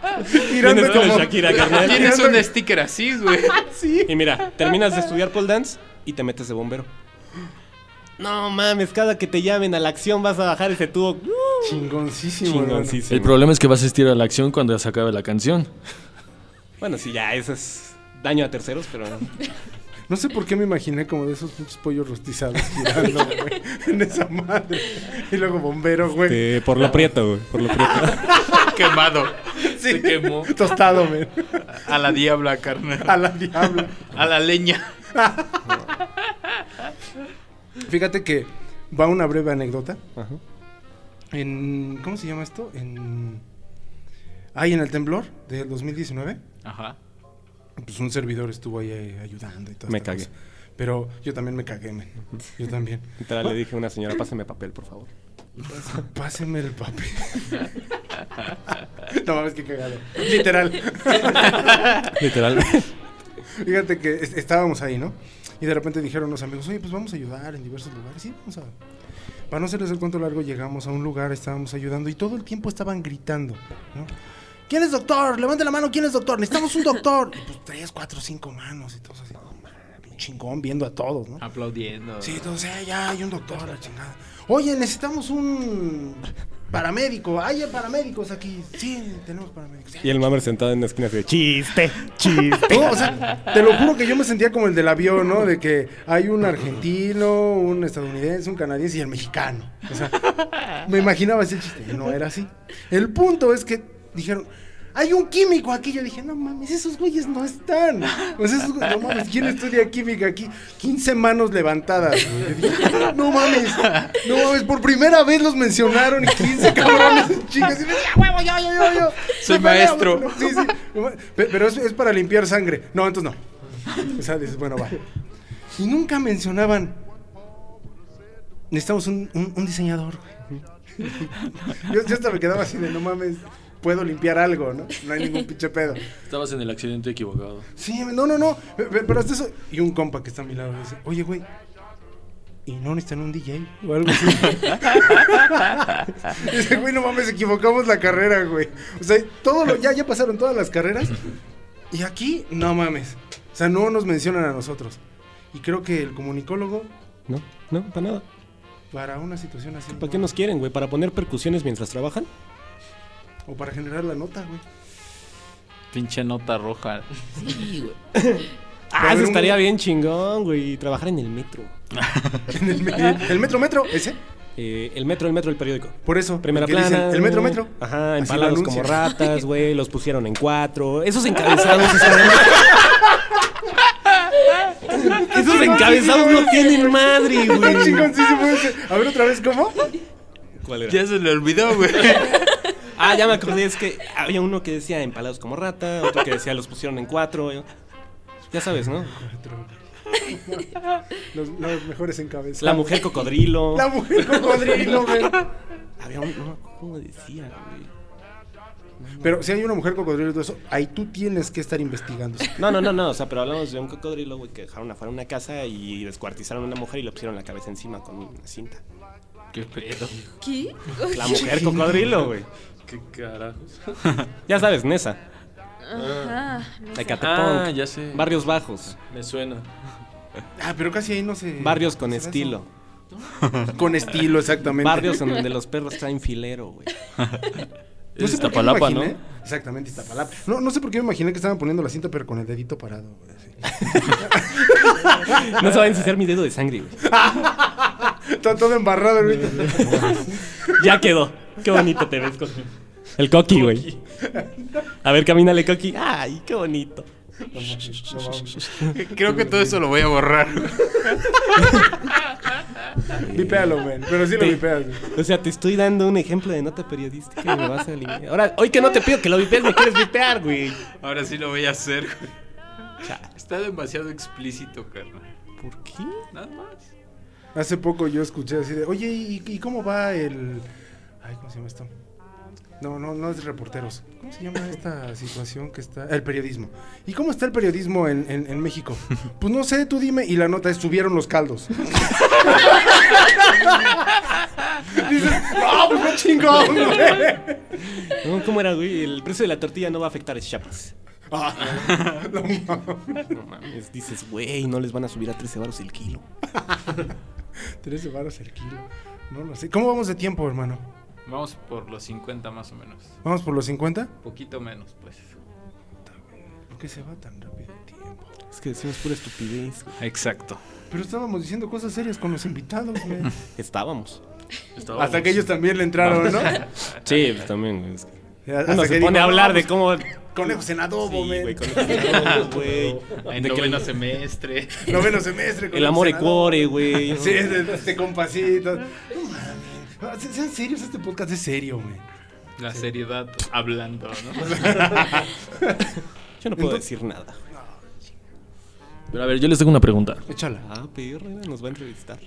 S2: Tirando
S4: Vienes con
S2: como
S4: Shakira, carnal.
S3: Tienes un sticker así, güey.
S2: Sí.
S4: Y mira, terminas de estudiar pole dance y te metes de bombero. No mames, cada que te llamen a la acción vas a bajar ese tubo.
S2: Chingoncísimo.
S4: Chingoncísimo.
S7: El problema es que vas a asistir a la acción cuando ya se acabe la canción.
S4: Bueno, sí, ya, eso es daño a terceros, pero.
S2: hermano. No sé por qué me imaginé como de esos pinches pollos rostizados girando, güey. En esa madre. Y luego bombero, güey.
S4: por lo prieto, güey. Por lo prieto.
S3: Quemado.
S2: Sí.
S3: Se quemó.
S2: Tostado, güey.
S3: A la diabla, carnal.
S2: A la diabla.
S3: A la leña.
S2: Fíjate que va una breve anécdota. En. ¿Cómo se llama esto? En. Ay, en el temblor del 2019.
S3: Ajá.
S2: pues un servidor estuvo ahí eh, ayudando y todo.
S4: Me cagué.
S2: Pero yo también me cagué, men. Yo también.
S4: Literal, le dije a una señora, pásame papel, por favor.
S2: Páseme el papel. no mames, qué cagado. Literal.
S4: Literal.
S2: Fíjate que es- estábamos ahí, ¿no? Y de repente dijeron los amigos, oye, pues vamos a ayudar en diversos lugares. Sí, vamos a... Para no hacerles el cuento largo, llegamos a un lugar, estábamos ayudando y todo el tiempo estaban gritando, ¿no? ¿Quién es doctor? Levante la mano, ¿quién es doctor? Necesitamos un doctor. Y pues tres, cuatro, cinco manos y todos así. Un chingón viendo a todos, ¿no?
S3: Aplaudiendo.
S2: Sí, entonces "Ah, ya hay un doctor, la chingada. Oye, necesitamos un paramédico. Hay paramédicos aquí. Sí, tenemos paramédicos.
S4: Y el mamer sentado en la esquina así de chiste, chiste.
S2: No, o sea, te lo juro que yo me sentía como el del avión, ¿no? De que hay un argentino, un estadounidense, un canadiense y el mexicano. O sea, me imaginaba ese chiste. y No era así. El punto es que dijeron. Hay un químico aquí. Yo dije, no mames, esos güeyes no están. Pues esos güeyes, no mames, ¿quién estudia química aquí? 15 manos levantadas. güey. Yo dije, no mames, no mames, por primera vez los mencionaron y 15 cabrones chicas. Y yo dije, "Ah, huevo, yo, yo, yo, yo.
S3: Soy
S2: Me peleo,
S3: maestro.
S2: güey". Sí, sí. No mames, pe- Pero es, es para limpiar sangre. No, entonces no. O sea, dices, bueno, va. Y nunca mencionaban. Necesitamos un, un- un diseñador, güey. Yo, yo hasta me quedaba así de no mames, puedo limpiar algo, ¿no? No hay ningún pinche pedo.
S7: Estabas en el accidente equivocado.
S2: Sí, no, no, no. pe- pe- Pero hasta eso. Y un compa que está a mi lado dice, oye, güey. Y no necesitan un DJ o algo así. Dice, güey, no mames, equivocamos la carrera, güey. O sea, todo lo, ya, ya pasaron todas las carreras. Y aquí, no mames. O sea, no nos mencionan a nosotros. Y creo que el comunicólogo,
S4: No, no, para nada.
S2: para una situación así.
S4: ¿Para qué
S2: no-
S4: nos quieren, güey? ¿Para poner percusiones mientras trabajan?
S2: O para generar la nota, güey.
S3: Pinche nota roja.
S4: Ah,
S2: haber
S4: eso
S2: un-
S4: estaría bien chingón, güey. Trabajar en el metro.
S2: En el, me- el metro, metro, ese.
S4: Eh, el metro, el metro, el periódico.
S2: Por eso.
S4: Primera
S2: el que dicen,
S4: plana.
S2: el metro,
S4: güey.
S2: metro. Así
S4: Ajá,
S2: lo
S4: empalados como
S2: anuncian.
S4: ratas, güey. Los pusieron en cuatro. Esos encabezados. esos- Esos encabezados no tienen madre,
S2: Está
S4: güey.
S2: chingoncísimo ese. A ver otra vez, ¿cómo?
S3: Ya se le olvidó, güey.
S4: Ah, ya me acordé. Es que había uno que decía empalados como rata. Otro que decía los pusieron en cuatro. Ya sabes, ¿no?
S2: Los, los mejores encabezados.
S4: La mujer cocodrilo.
S2: La mujer cocodrilo, güey.
S4: Había un. No, ¿cómo decía, güey?
S2: Pero si hay una mujer cocodrilo y todo eso, ahí tú tienes que estar investigando.
S4: No, no, no, no, o sea, pero hablamos de un cocodrilo, güey, que dejaron afuera una casa y descuartizaron a una mujer y le pusieron la cabeza encima con una cinta.
S3: Qué pedo.
S6: ¿Qué?
S4: La mujer cocodrilo, güey.
S7: ¿Qué carajos?
S4: Ya sabes, Nesa,
S2: Ah,
S6: Ajá.
S4: Ecatepec,
S7: Ah, ya sé.
S4: barrios bajos,
S7: Me suena.
S2: Ah, pero casi ahí no se.
S4: barrios con
S2: se ve Pues eso.
S4: estilo,
S2: Con estilo, exactamente.
S4: barrios en donde los perros traen filero, güey.
S2: No
S7: Es
S2: sé por qué me
S7: Iztapalapa, ¿no?
S2: imaginé- Exactamente, Iztapalapa. No, no sé por qué me imaginé que estaban poniendo la cinta, pero con el dedito parado. güey, así.
S4: No se va a ensuciar mi dedo de sangre, güey.
S2: Está todo embarrado ahorita.
S4: Ya quedó. Qué bonito te ves, Coqui. El Coqui, güey. A ver, camínale, Coqui. Ay, qué bonito.
S2: No mames.
S3: Creo que todo eso lo voy a borrar.
S2: Vipéalo, men. Pero sí lo
S4: Sí.
S2: vipeas. güey.
S4: O sea, te estoy dando un ejemplo de nota periodística y me vas a eliminar. Ahora, hoy que no te pido que lo vipees, me quieres vipear, güey.
S3: Ahora sí lo voy a hacer, güey. Está demasiado explícito, carnal.
S4: ¿Por qué?
S3: Nada más.
S2: Hace poco yo escuché así de, oye, ¿y, y cómo va el... Ay, ¿cómo se llama esto? No, no, no es de reporteros. ¿Cómo se llama esta situación que está...? El periodismo. ¿Y cómo está el periodismo en, en- en México? Pues no sé, tú dime. Y la nota es, subieron los caldos. Dices, ¡ah, pues qué chingón, güey!
S4: No, ¿Cómo era, güey? El precio de la tortilla no va a afectar a Chiapas.
S2: Ah, no mames.
S4: No mames, dices, güey, no les van a subir a 13 baros el kilo.
S2: 13 varos el kilo. No lo sé. ¿Cómo vamos de tiempo, hermano?
S3: Vamos por los 50 más o menos.
S2: ¿Vamos por los 50?
S3: Poquito menos, pues.
S2: ¿Por qué se va tan rápido el tiempo?
S4: Es que decimos pura estupidez. güey.
S3: Exacto.
S2: Pero estábamos diciendo cosas serias con los invitados, güey.
S4: Estábamos.
S7: Estábamos-
S2: Hasta que ellos también le entraron, ¿no?
S4: Sí, pues también, güey.
S2: Hasta
S4: Uno
S2: que
S4: se pone
S2: dijo,
S4: a hablar de
S2: "No, pues,
S4: cómo.
S2: vamos, conejos en adobo,
S4: Sí, güey,
S2: güey.
S4: con el güey.
S3: En
S4: De que
S3: noveno semestre.
S2: Noveno semestre.
S4: El
S2: conejos
S4: amor
S2: en adobo.
S4: ecuore, güey.
S2: Sí, este, este compasito. No mames. Se- Sean serios, este podcast es serio, güey.
S3: La seriedad hablando, ¿no?
S4: Yo no puedo
S2: Entonces-
S4: decir nada. güey.
S7: Pero a ver, yo les tengo una pregunta.
S2: Échala.
S4: Ah, perra, nos va a entrevistar.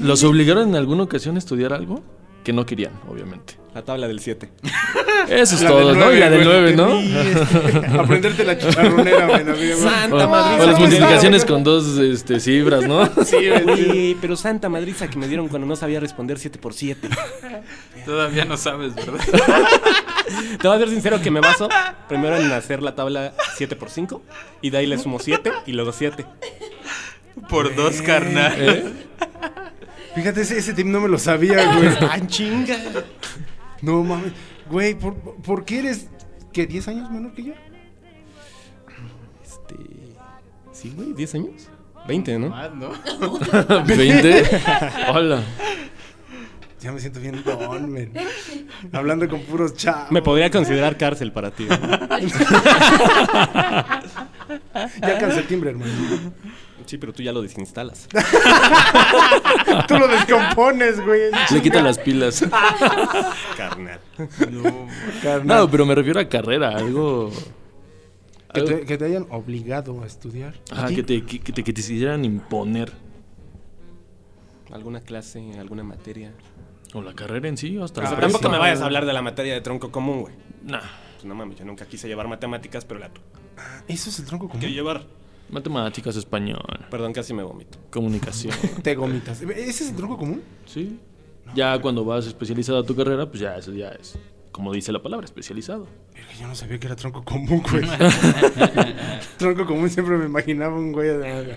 S7: ¿Los obligaron en alguna ocasión a estudiar algo? que no querían, obviamente.
S4: La tabla del 7.
S7: Eso es
S2: La
S7: todo,
S2: del
S7: ¿no? Y la del
S2: nueve,
S7: 9, ¿no?
S2: güey, que vi, este, Aprenderte la chicharronera, güey. la vida, güey.
S7: O,
S4: Santa
S7: o
S4: Madrid.
S7: las multiplicaciones con dos este, cifras, ¿no?
S4: Oye, pero Santa Madriza que me dieron cuando no sabía responder 7 por 7.
S3: Todavía no sabes, ¿verdad?
S4: Te voy a ser sincero que me baso primero en hacer la tabla 7 por 5 y de ahí le sumo 7 y luego 7.
S3: Por dos, carnal.
S7: ¿Eh?
S2: Fíjate, ese, ese tip no me lo sabía, güey.
S4: ¡Ah, chinga!
S2: No mames. Güey, ¿por, por qué eres, qué, 10 años menor que yo?
S4: Este. Sí, güey, 10 años. 20,
S2: Ah,
S4: ¿no?
S3: Más, ¿no?
S7: 20. Hola.
S2: Ya me siento bien don, men. Hablando con puros chavos.
S4: Me podría considerar cárcel para ti. güey.
S2: Ya cansé el timbre, hermano.
S4: Sí, pero tú ya lo desinstalas.
S2: Tú lo descompones, güey.
S7: Le quita las pilas.
S4: Carnal.
S7: No, pero me refiero a carrera, algo.
S2: Que
S7: algo-
S2: te, que te hayan obligado a estudiar.
S7: ajá, que te, que, que te, que te quisieran imponer.
S4: ¿Alguna clase, alguna materia?
S7: O la carrera en sí, o
S2: Ah,
S7: hasta
S4: O sea,
S7: la
S4: tampoco
S7: prepa.
S4: me vayas a hablar de la materia de tronco común, güey.
S7: Nah,
S4: Pues no mames, yo nunca quise llevar matemáticas, pero la tuve
S2: Eso es el tronco
S4: que
S2: común.
S4: llevar.
S7: matemáticas, español,
S4: Perdón, casi me vomito.
S7: comunicación.
S2: Te gomitas. ¿Ese es el tronco común?
S7: sí. Ya cuando vas especializado a tu carrera, pues ya eso ya es. Como dice la palabra, especializado.
S2: Verga, yo no sabía que era tronco común, güey. tronco común siempre me imaginaba un güey de...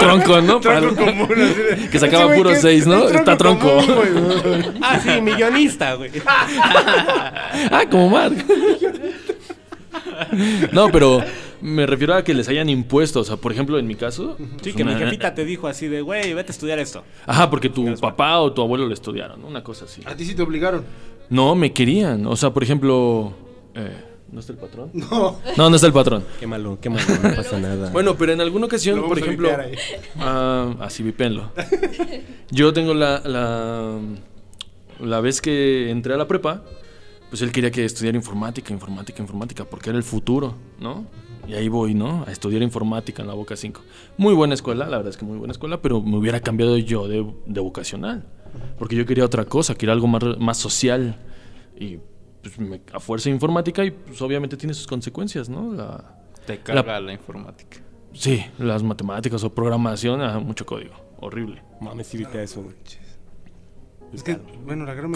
S7: Tronco, ¿no?
S2: Tronco
S7: Para-
S2: común, así de-
S7: Que sacaba
S2: güey,
S7: puros
S2: ¿qué es?
S7: seis, ¿no?
S2: Es
S7: Está tronco.
S2: común, güey.
S4: Ah, sí, millonista, güey.
S7: Ah, como Mark. No, pero me refiero a que les hayan impuesto. O sea, por ejemplo, en mi caso.
S4: Sí,
S7: pues
S4: que mi
S7: una-
S4: jefita te dijo así de, güey, vete a estudiar esto.
S7: Ajá, porque tu papá o tu abuelo lo estudiaron, ¿no? Una cosa así.
S4: Ah.
S2: A ti sí te obligaron.
S7: No, me querían. O sea, por ejemplo. eh, ¿No está el patrón?
S2: No.
S7: No, no está el patrón.
S4: Qué malo, qué malo, no pasa nada.
S7: Bueno, pero en alguna ocasión,
S2: Lo vamos
S7: por
S2: a
S7: ejemplo.
S2: vipear ahí.
S7: ah, así vipenlo. Yo tengo la, la. La vez que entré a la prepa, pues él quería que estudiara informática, informática, informática, porque era el futuro, ¿no? Y ahí voy, ¿no? A estudiar informática en la Boca 5. Muy buena escuela, la verdad es que muy buena escuela, pero me hubiera cambiado yo de, de vocacional. Porque yo quería otra cosa, quería algo más, más social. Y pues, me- a fuerza de informática, y pues obviamente tiene sus consecuencias, ¿no? La,
S3: Te carga la informática.
S7: Sí, las matemáticas o programación, ajá, mucho código. Horrible.
S4: Mames, sí, vete a eso, güey.
S2: Es que, bueno, la gran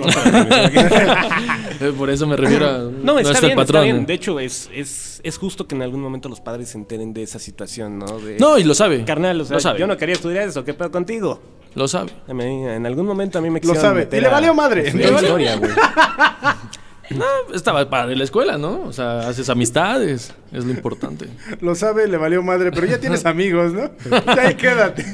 S7: Eh, por eso me refiero a.
S4: No, está,
S7: es el
S4: bien,
S7: patrón,
S4: está bien.
S7: eh.
S4: De hecho, es, es, es justo que en algún momento los padres se enteren de esa situación, ¿no? De,
S7: No, y lo sabe.
S4: Carnal, o sea,
S7: lo sabe.
S4: yo no quería estudiar eso, ¿qué pedo contigo?
S7: Lo sabe.
S4: A mí, en algún momento a mí me
S2: Lo
S4: quisieron
S2: sabe.
S4: meter
S2: Y le
S4: a-
S2: valió madre.
S4: a
S2: Le
S4: estudiar
S2: valió-
S4: historia, güey.
S7: No, estaba padre la escuela, ¿no? O sea, haces amistades. Es lo importante.
S2: Lo sabe, le valió madre, pero ya tienes amigos, ¿no? Ya ahí quédate.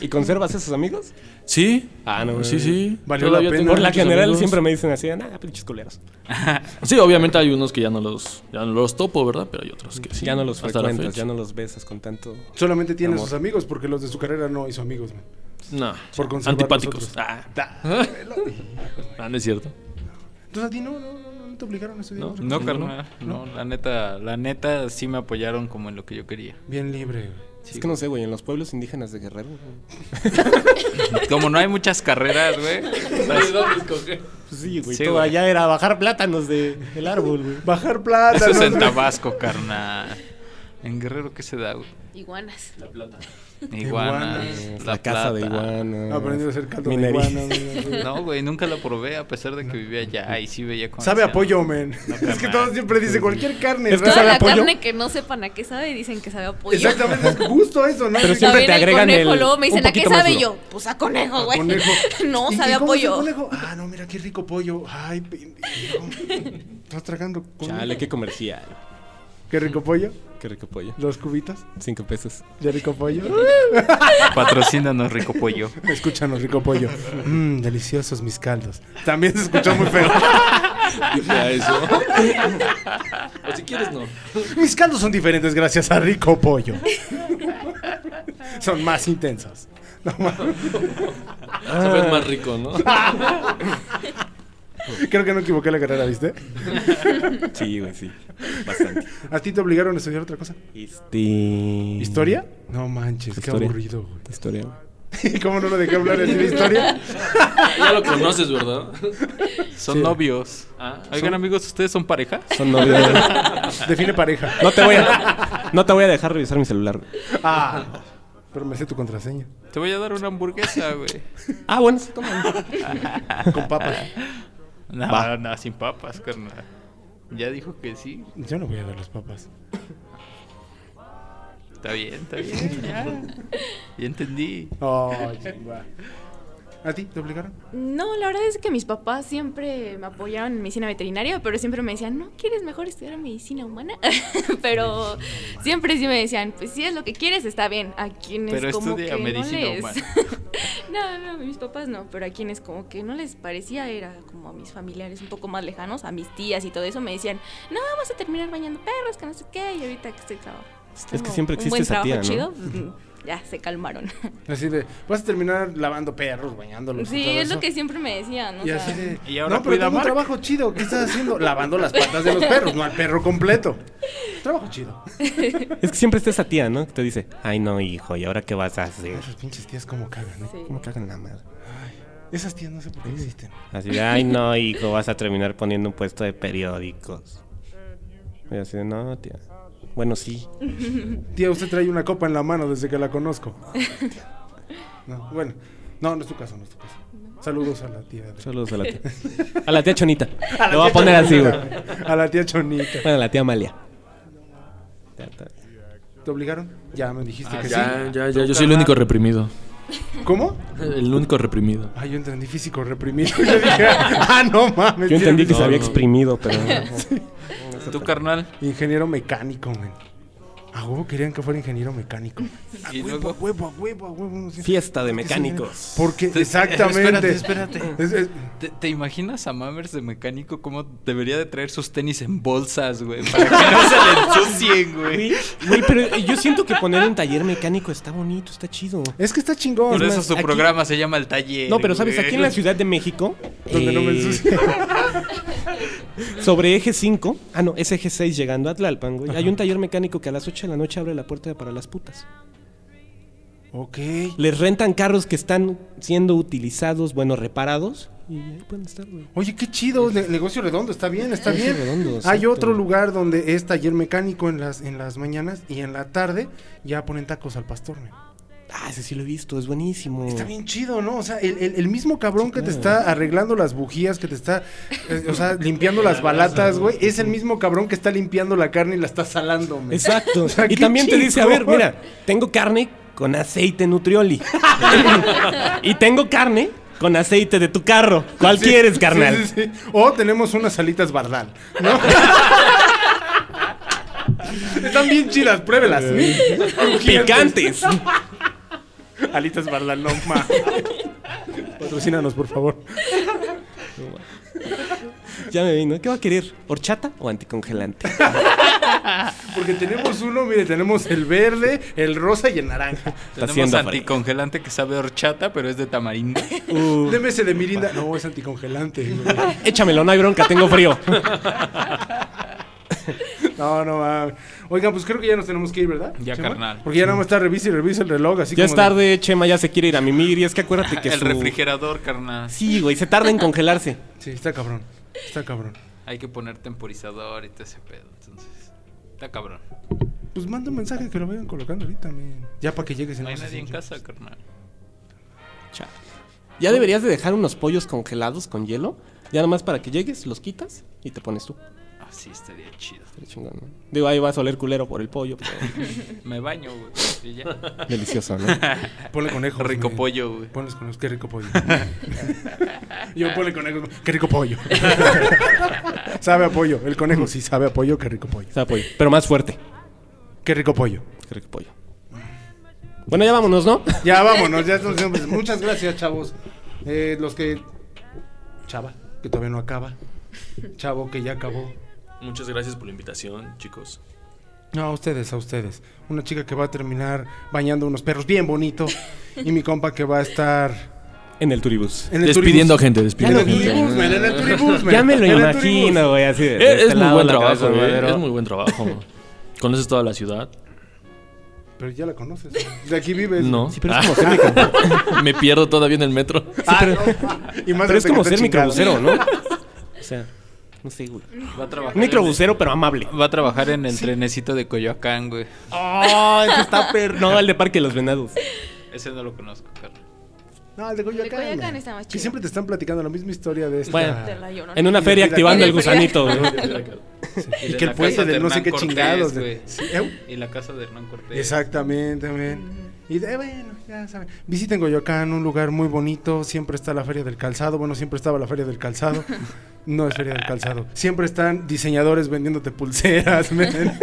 S4: ¿Y conservas esos amigos?
S7: Sí.
S4: Ah, no,
S7: Sí, sí.
S2: Valió la
S7: Todavía
S2: pena.
S7: tengo
S4: Por la
S7: muchos
S4: general
S7: amigos.
S4: siempre me dicen así, ah, pinches culeros.
S7: Sí, obviamente hay unos que ya no los, ya no los topo, ¿verdad? Pero hay otros que sí.
S4: ya no los
S7: hasta la
S4: frecuentas, ya
S7: fecha.
S4: no los besas con tanto...
S2: Solamente tiene
S4: Amor.
S2: sus amigos porque los de su carrera no hizo amigos, man.
S7: No.
S2: Por conservar
S7: Antipáticos.
S2: los
S7: Ah. Ah, no es cierto.
S2: Entonces a ti no, no, no, no te obligaron a estudiar. otra
S3: No,
S2: cosa.
S3: carnal. No, la neta, la neta sí me apoyaron como en lo que yo quería.
S2: Bien libre, güey.
S4: es que no sé, güey, en los pueblos indígenas de Guerrero... güey.
S3: Como no hay muchas carreras, güey.
S4: Pues sí, güey,
S3: Sí,
S4: todo
S3: güey.
S4: allá era bajar plátanos de- del árbol, güey.
S2: Bajar plata.
S3: Eso es
S2: ¿no?
S3: en Tabasco, carnal. En Guerrero, ¿qué se da, güey?
S5: Iguanas.
S3: Iguanas.
S4: Es la casa de
S3: plata.
S4: iguana.
S2: Aprendió a hacer caldo de
S4: Minería.
S2: iguana, güey.
S3: No, güey, nunca la probé a pesar de que vivía allá y sí veía con
S2: Sabe a
S3: hacían.
S2: pollo, men. es que
S3: carnal.
S2: todos siempre dicen cualquier carne.
S4: Es que
S2: ¿verdad?
S5: Toda
S4: sabe a
S5: la
S4: pollo?
S5: carne que no sepan a qué sabe dicen que sabe a pollo.
S2: Exactamente, es justo eso, ¿no?
S4: Pero
S2: Sí,
S5: También
S4: siempre te
S5: el
S4: agregan
S5: conejo,
S4: el-
S5: luego me
S4: un
S5: dicen, ¿a qué
S4: poquito más
S5: sabe
S4: duro".
S5: yo? Pues a conejo, güey.
S2: conejo.
S5: No,
S2: ¿Y- y
S5: sabe a
S2: cómo es el
S5: pollo.
S2: conejo? Ah, no, mira qué rico pollo. Ay, pendejo. Estás tragando conejo.
S4: Chale, qué comercial.
S2: Qué rico pollo.
S4: Qué rico pollo.
S2: Los cubitos
S4: Cinco pesos.
S2: de rico pollo.
S3: Patrocínanos, rico pollo.
S2: Escúchanos, rico pollo. Mmm, deliciosos mis caldos. También se escuchó muy feo.
S7: Ya eso. o si quieres, no.
S2: Mis caldos son diferentes gracias a rico pollo. Son más intensos. No mames.
S7: Saber más rico, ¿no?
S2: Creo que no equivoqué la carrera, ¿viste?
S4: Sí, güey, sí. Bastante.
S2: ¿A ti te obligaron a estudiar otra cosa?
S4: Este... Pues,
S2: ¿Historia? No manches, qué
S4: Historia.
S2: aburrido, güey.
S4: Historia.
S2: ¿Y cómo no lo dejé hablar así de historia?
S7: Ya lo conoces, ¿verdad?
S3: Son novios.
S7: Ah,
S3: Oigan, amigos, ¿ustedes son pareja?
S4: Son novios.
S2: Define pareja.
S4: No te voy a, no te voy a dejar revisar mi celular. güey.
S2: Ah, pero me sé tu contraseña.
S3: Te voy a dar una hamburguesa, güey.
S4: Ah, bueno, sí, toma.
S2: Con papas.
S3: No, no, sin papas, carnal. Ya dijo que sí.
S2: Yo no voy a dar las papas.
S3: Está bien, está bien. Ya, ya entendí.
S2: Ay, va. ¿A ti te obligaron?
S6: No, la verdad es que mis papás siempre me apoyaron en medicina veterinaria, pero siempre me decían, ¿no quieres mejor estudiar medicina humana? pero siempre sí me decían, pues si es lo que quieres, está bien. A quienes
S3: Pero
S6: como
S3: estudia
S6: que
S3: medicina
S6: no les...
S3: humana.
S6: no, no, mis papás no, pero a quienes como que no les parecía, era como a mis familiares un poco más lejanos, a mis tías y todo eso, me decían, no, vas a terminar bañando perros, que no sé qué, y ahorita que estoy Pues, trabajando.
S4: Es que siempre existe esa tía,
S6: chido,
S4: ¿no?
S6: pues, ya se calmaron.
S2: Así de, vas a terminar lavando perros, bañándolos. y
S6: sí,
S2: todo
S6: es lo
S2: eso.
S6: que siempre me decían. o
S2: Y
S6: sea,
S2: así de,
S3: Y ahora
S2: no, pero
S3: cuida
S2: tengo un
S3: Mark.
S2: trabajo chido. ¿Qué estás haciendo? Lavando las patas de los perros, no al perro completo. Trabajo chido.
S4: Es que siempre está esa tía, ¿no? Que te dice, ay no, hijo, ¿y ahora qué vas a hacer?
S2: Esas pinches tías como cagan, ¿no?
S6: sí.
S4: ¿Cómo cagan la madre?
S2: Esas tías no sé por qué existen.
S4: Así de, ay no, hijo, vas a terminar poniendo un puesto de periódicos. Y así de, no, tía. Bueno, sí.
S2: Tía, usted trae una copa en la mano desde que la conozco. No, bueno, no, no es tu caso, no es tu caso. Saludos a la tía. de-
S4: Saludos a la tía. A la tía Chonita. Lo voy a poner así, güey.
S2: A la tía Chonita.
S4: Bueno, a la tía Amalia.
S2: ¿Te obligaron? Ya me
S4: Ah,
S2: dijiste que
S7: ya, ya, ya.
S3: Tú,
S7: Yo soy el único
S3: carnal.
S7: reprimido.
S2: sí. ¿Cómo?
S7: El único reprimido.
S2: Ah, yo entendí físico reprimido. Yo dije, ah, no mames.
S4: Yo entendí que
S2: tienes-
S4: se había
S7: no.
S4: exprimido, pero...
S3: Tú, carnal.
S2: Ingeniero mecánico, men. A huevo querían que fuera ingeniero mecánico. A
S3: Y
S2: huevo, a
S3: luego-
S2: huevo, a huevo, a huevo. no sé.
S4: Fiesta de mecánicos.
S2: Porque,
S3: Te-
S2: exactamente.
S3: espérate, espérate.
S2: Es- es-
S3: ¿Te, te imaginas a Mammers de mecánico cómo debería de traer sus tenis en bolsas, güey? Para que no se le ensucien, güey.
S4: Güey, pero yo siento que poner un taller mecánico está bonito, está chido.
S2: es que está chingón.
S3: Por
S2: man.
S3: eso su
S4: aquí-
S3: programa se llama El Taller.
S4: No, pero sabes,
S3: güey.
S4: aquí en la Ciudad de México,
S2: Donde no me
S4: eh,
S2: ensucio.
S4: sobre eje 5, ah no, es eje 6 llegando a Tlalpan, güey, hay un taller mecánico que a las 8 de la noche abre la puerta para las putas.
S2: Ok.
S4: Les rentan carros que están siendo utilizados, bueno, reparados, y ahí pueden estar, güey.
S2: Oye, qué chido. ne- negocio redondo. Está bien, está
S4: Negocio
S2: bien.
S4: redondo,
S2: Hay
S4: exacto.
S2: otro lugar donde es taller mecánico en las, en las mañanas y en la tarde ya ponen tacos al pastor, men.
S4: Ah, ese sí lo he visto, es buenísimo.
S2: Está bien chido, ¿no? O sea, el, el- el mismo cabrón que te está arreglando las bujías, que te está, eh, o sea, limpiando las balatas, güey, es el mismo cabrón que está limpiando la carne y la está salando, men.
S4: Exacto.
S2: O sea,
S4: y
S2: qué
S4: también te dice, a ver,
S2: chingón.
S4: mira, tengo carne con aceite nutrioli. y tengo carne con aceite de tu carro. ¿Cuál
S2: Sí,
S4: quieres,
S2: sí,
S4: carnal?
S2: sí, sí. O tenemos unas alitas bardal, ¿no? Están bien chidas, pruébelas.
S4: Eh, Picantes.
S2: Alitas bardal, no más. Patrocínanos, por favor.
S4: ya me vino. ¿Qué va a querer? ¿Horchata o anticongelante?
S2: Porque tenemos uno, mire, tenemos el verde, el rosa y el naranja.
S4: Está
S3: Tenemos
S4: haciendo frío.
S3: anticongelante que sabe a horchata, pero es de tamarindo.
S4: Uh,
S2: Démese de mirinda. No, es anticongelante. güey.
S4: échamelo, no hay bronca, tengo frío.
S2: No, no, mames. Oigan, pues creo que ya nos tenemos que ir, ¿verdad?
S3: Ya, carnal.
S2: Porque ya nada más está revisa y revisa el reloj, así como
S4: ya es
S2: de-
S4: tarde, Chema ya se quiere ir a mimir. Y es que acuérdate que
S3: El
S4: su-
S3: refrigerador, carnal.
S4: Sí, güey, se tarda en congelarse.
S2: Sí, está cabrón. Está cabrón.
S3: Hay que poner temporizador y todo ese pedo. Entonces, está cabrón.
S2: Pues manda un mensaje que lo vayan colocando ahorita, men. Ya para que llegues
S3: No hay nadie en casa, carnal.
S4: Chale. Ya deberías de dejar unos pollos congelados con hielo. Ya nomás para que llegues, los quitas y te pones tú.
S3: Así Ah, estaría chido.
S4: Estaría chingón, ¿no? Digo, ahí va a oler culero por el pollo. pero
S3: Me baño, güey. Y ya.
S4: delicioso, ¿no?
S2: Ponle conejos.
S3: Rico
S2: men.
S3: pollo, güey.
S2: Ponle conejos, qué rico pollo. Yo ponle conejos, qué rico pollo. sabe a pollo. El conejo sí sabe a pollo, qué rico pollo.
S4: Sabe pollo, pero más fuerte.
S2: Qué rico pollo.
S4: Creo que pollo. Bueno, ya vámonos, ¿no?
S2: Ya vámonos, ya estamos. Muchas gracias, chavos. Eh, los que. Chava, que todavía no acaba. Chavo, que ya acabó.
S7: Muchas gracias por la invitación, chicos.
S2: No, a ustedes, a ustedes. Una chica que va a terminar bañando unos perros bien bonito. Y mi compa que va a estar
S4: En el turibús.
S2: en el
S7: Despidiendo gente,
S2: turibús. En
S7: despidiendo
S2: el
S7: gente.
S2: turibús, men, en el turibús, men,
S4: Ya me lo
S2: en el
S4: imagino, güey, así de.
S7: Eh, Es,
S4: de
S7: es
S4: este
S7: muy
S4: lado
S7: buen
S4: la cabeza
S7: trabajo,
S4: de
S7: güey,
S4: madero.
S7: es muy buen trabajo. Conoces toda la ciudad.
S2: Pero ya la conoces. De aquí vives.
S7: No.
S4: Sí, pero es como ser, micro-
S7: Me pierdo todavía en el metro.
S4: sí, pero-
S2: Y más
S4: pero es
S2: ahorita
S4: como
S2: que está
S4: ser
S2: chingado.
S4: microbusero, ¿no? O sea, no sé, güey.
S3: Va a trabajar.
S4: Microbusero, pero amable.
S3: en- Va a trabajar en el trenecito de Coyoacán, güey.
S4: Oh, ese está per... No, el de Parque de los Venados.
S3: Ese no lo conozco, Carlos.
S2: No, el de Coyoacán.
S5: De Coyoacán
S2: güey.
S5: está más
S2: Que
S5: chido.
S2: siempre te están platicando la misma historia de esta.
S4: Bueno.
S5: De la llorona.
S4: En una feria
S2: Y de
S4: activando
S5: la-
S4: el gusanito. güey.
S2: Y que el puente de no sé qué chingados, de- Sí, ¿eh?
S3: Y la casa de Hernán Cortés.
S2: Exactamente, men. Y de, bueno, ya saben. Visiten Coyoacán, un lugar muy bonito. Siempre está la Feria del Calzado. Bueno, siempre estaba la Feria del Calzado. No es Feria del Calzado. Siempre están diseñadores vendiéndote pulseras, men.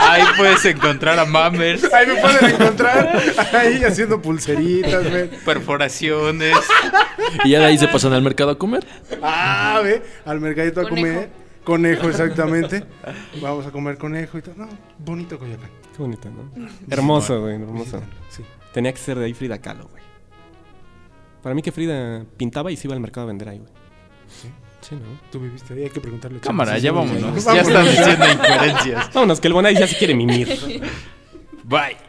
S3: Ahí puedes encontrar a Mammers,
S2: Ahí me pueden encontrar. Ahí haciendo pulseritas, men.
S3: perforaciones.
S7: Y ya de ahí se pasan al mercado a comer.
S2: Ah, ve, al mercadito a
S5: Conejo.
S2: comer. Conejo, exactamente. Vamos a comer conejo y tal. No, bonito Coyoacán.
S4: Qué bonito, ¿no? Hermoso, güey, hermoso.
S2: Sí.
S4: Tenía que ser de ahí Frida Kahlo, güey. Para mí que Frida pintaba y se iba al mercado a vender ahí, güey.
S2: Sí.
S4: Sí, ¿no?
S2: Tú viviste ahí, hay que preguntarle. a
S3: Cámara,
S2: Chava.
S3: ya vámonos. Ya
S2: Vámonos.
S3: están diciendo incoherencias.
S4: Vámonos, que el Bonai ya se quiere mimir.
S3: Bye.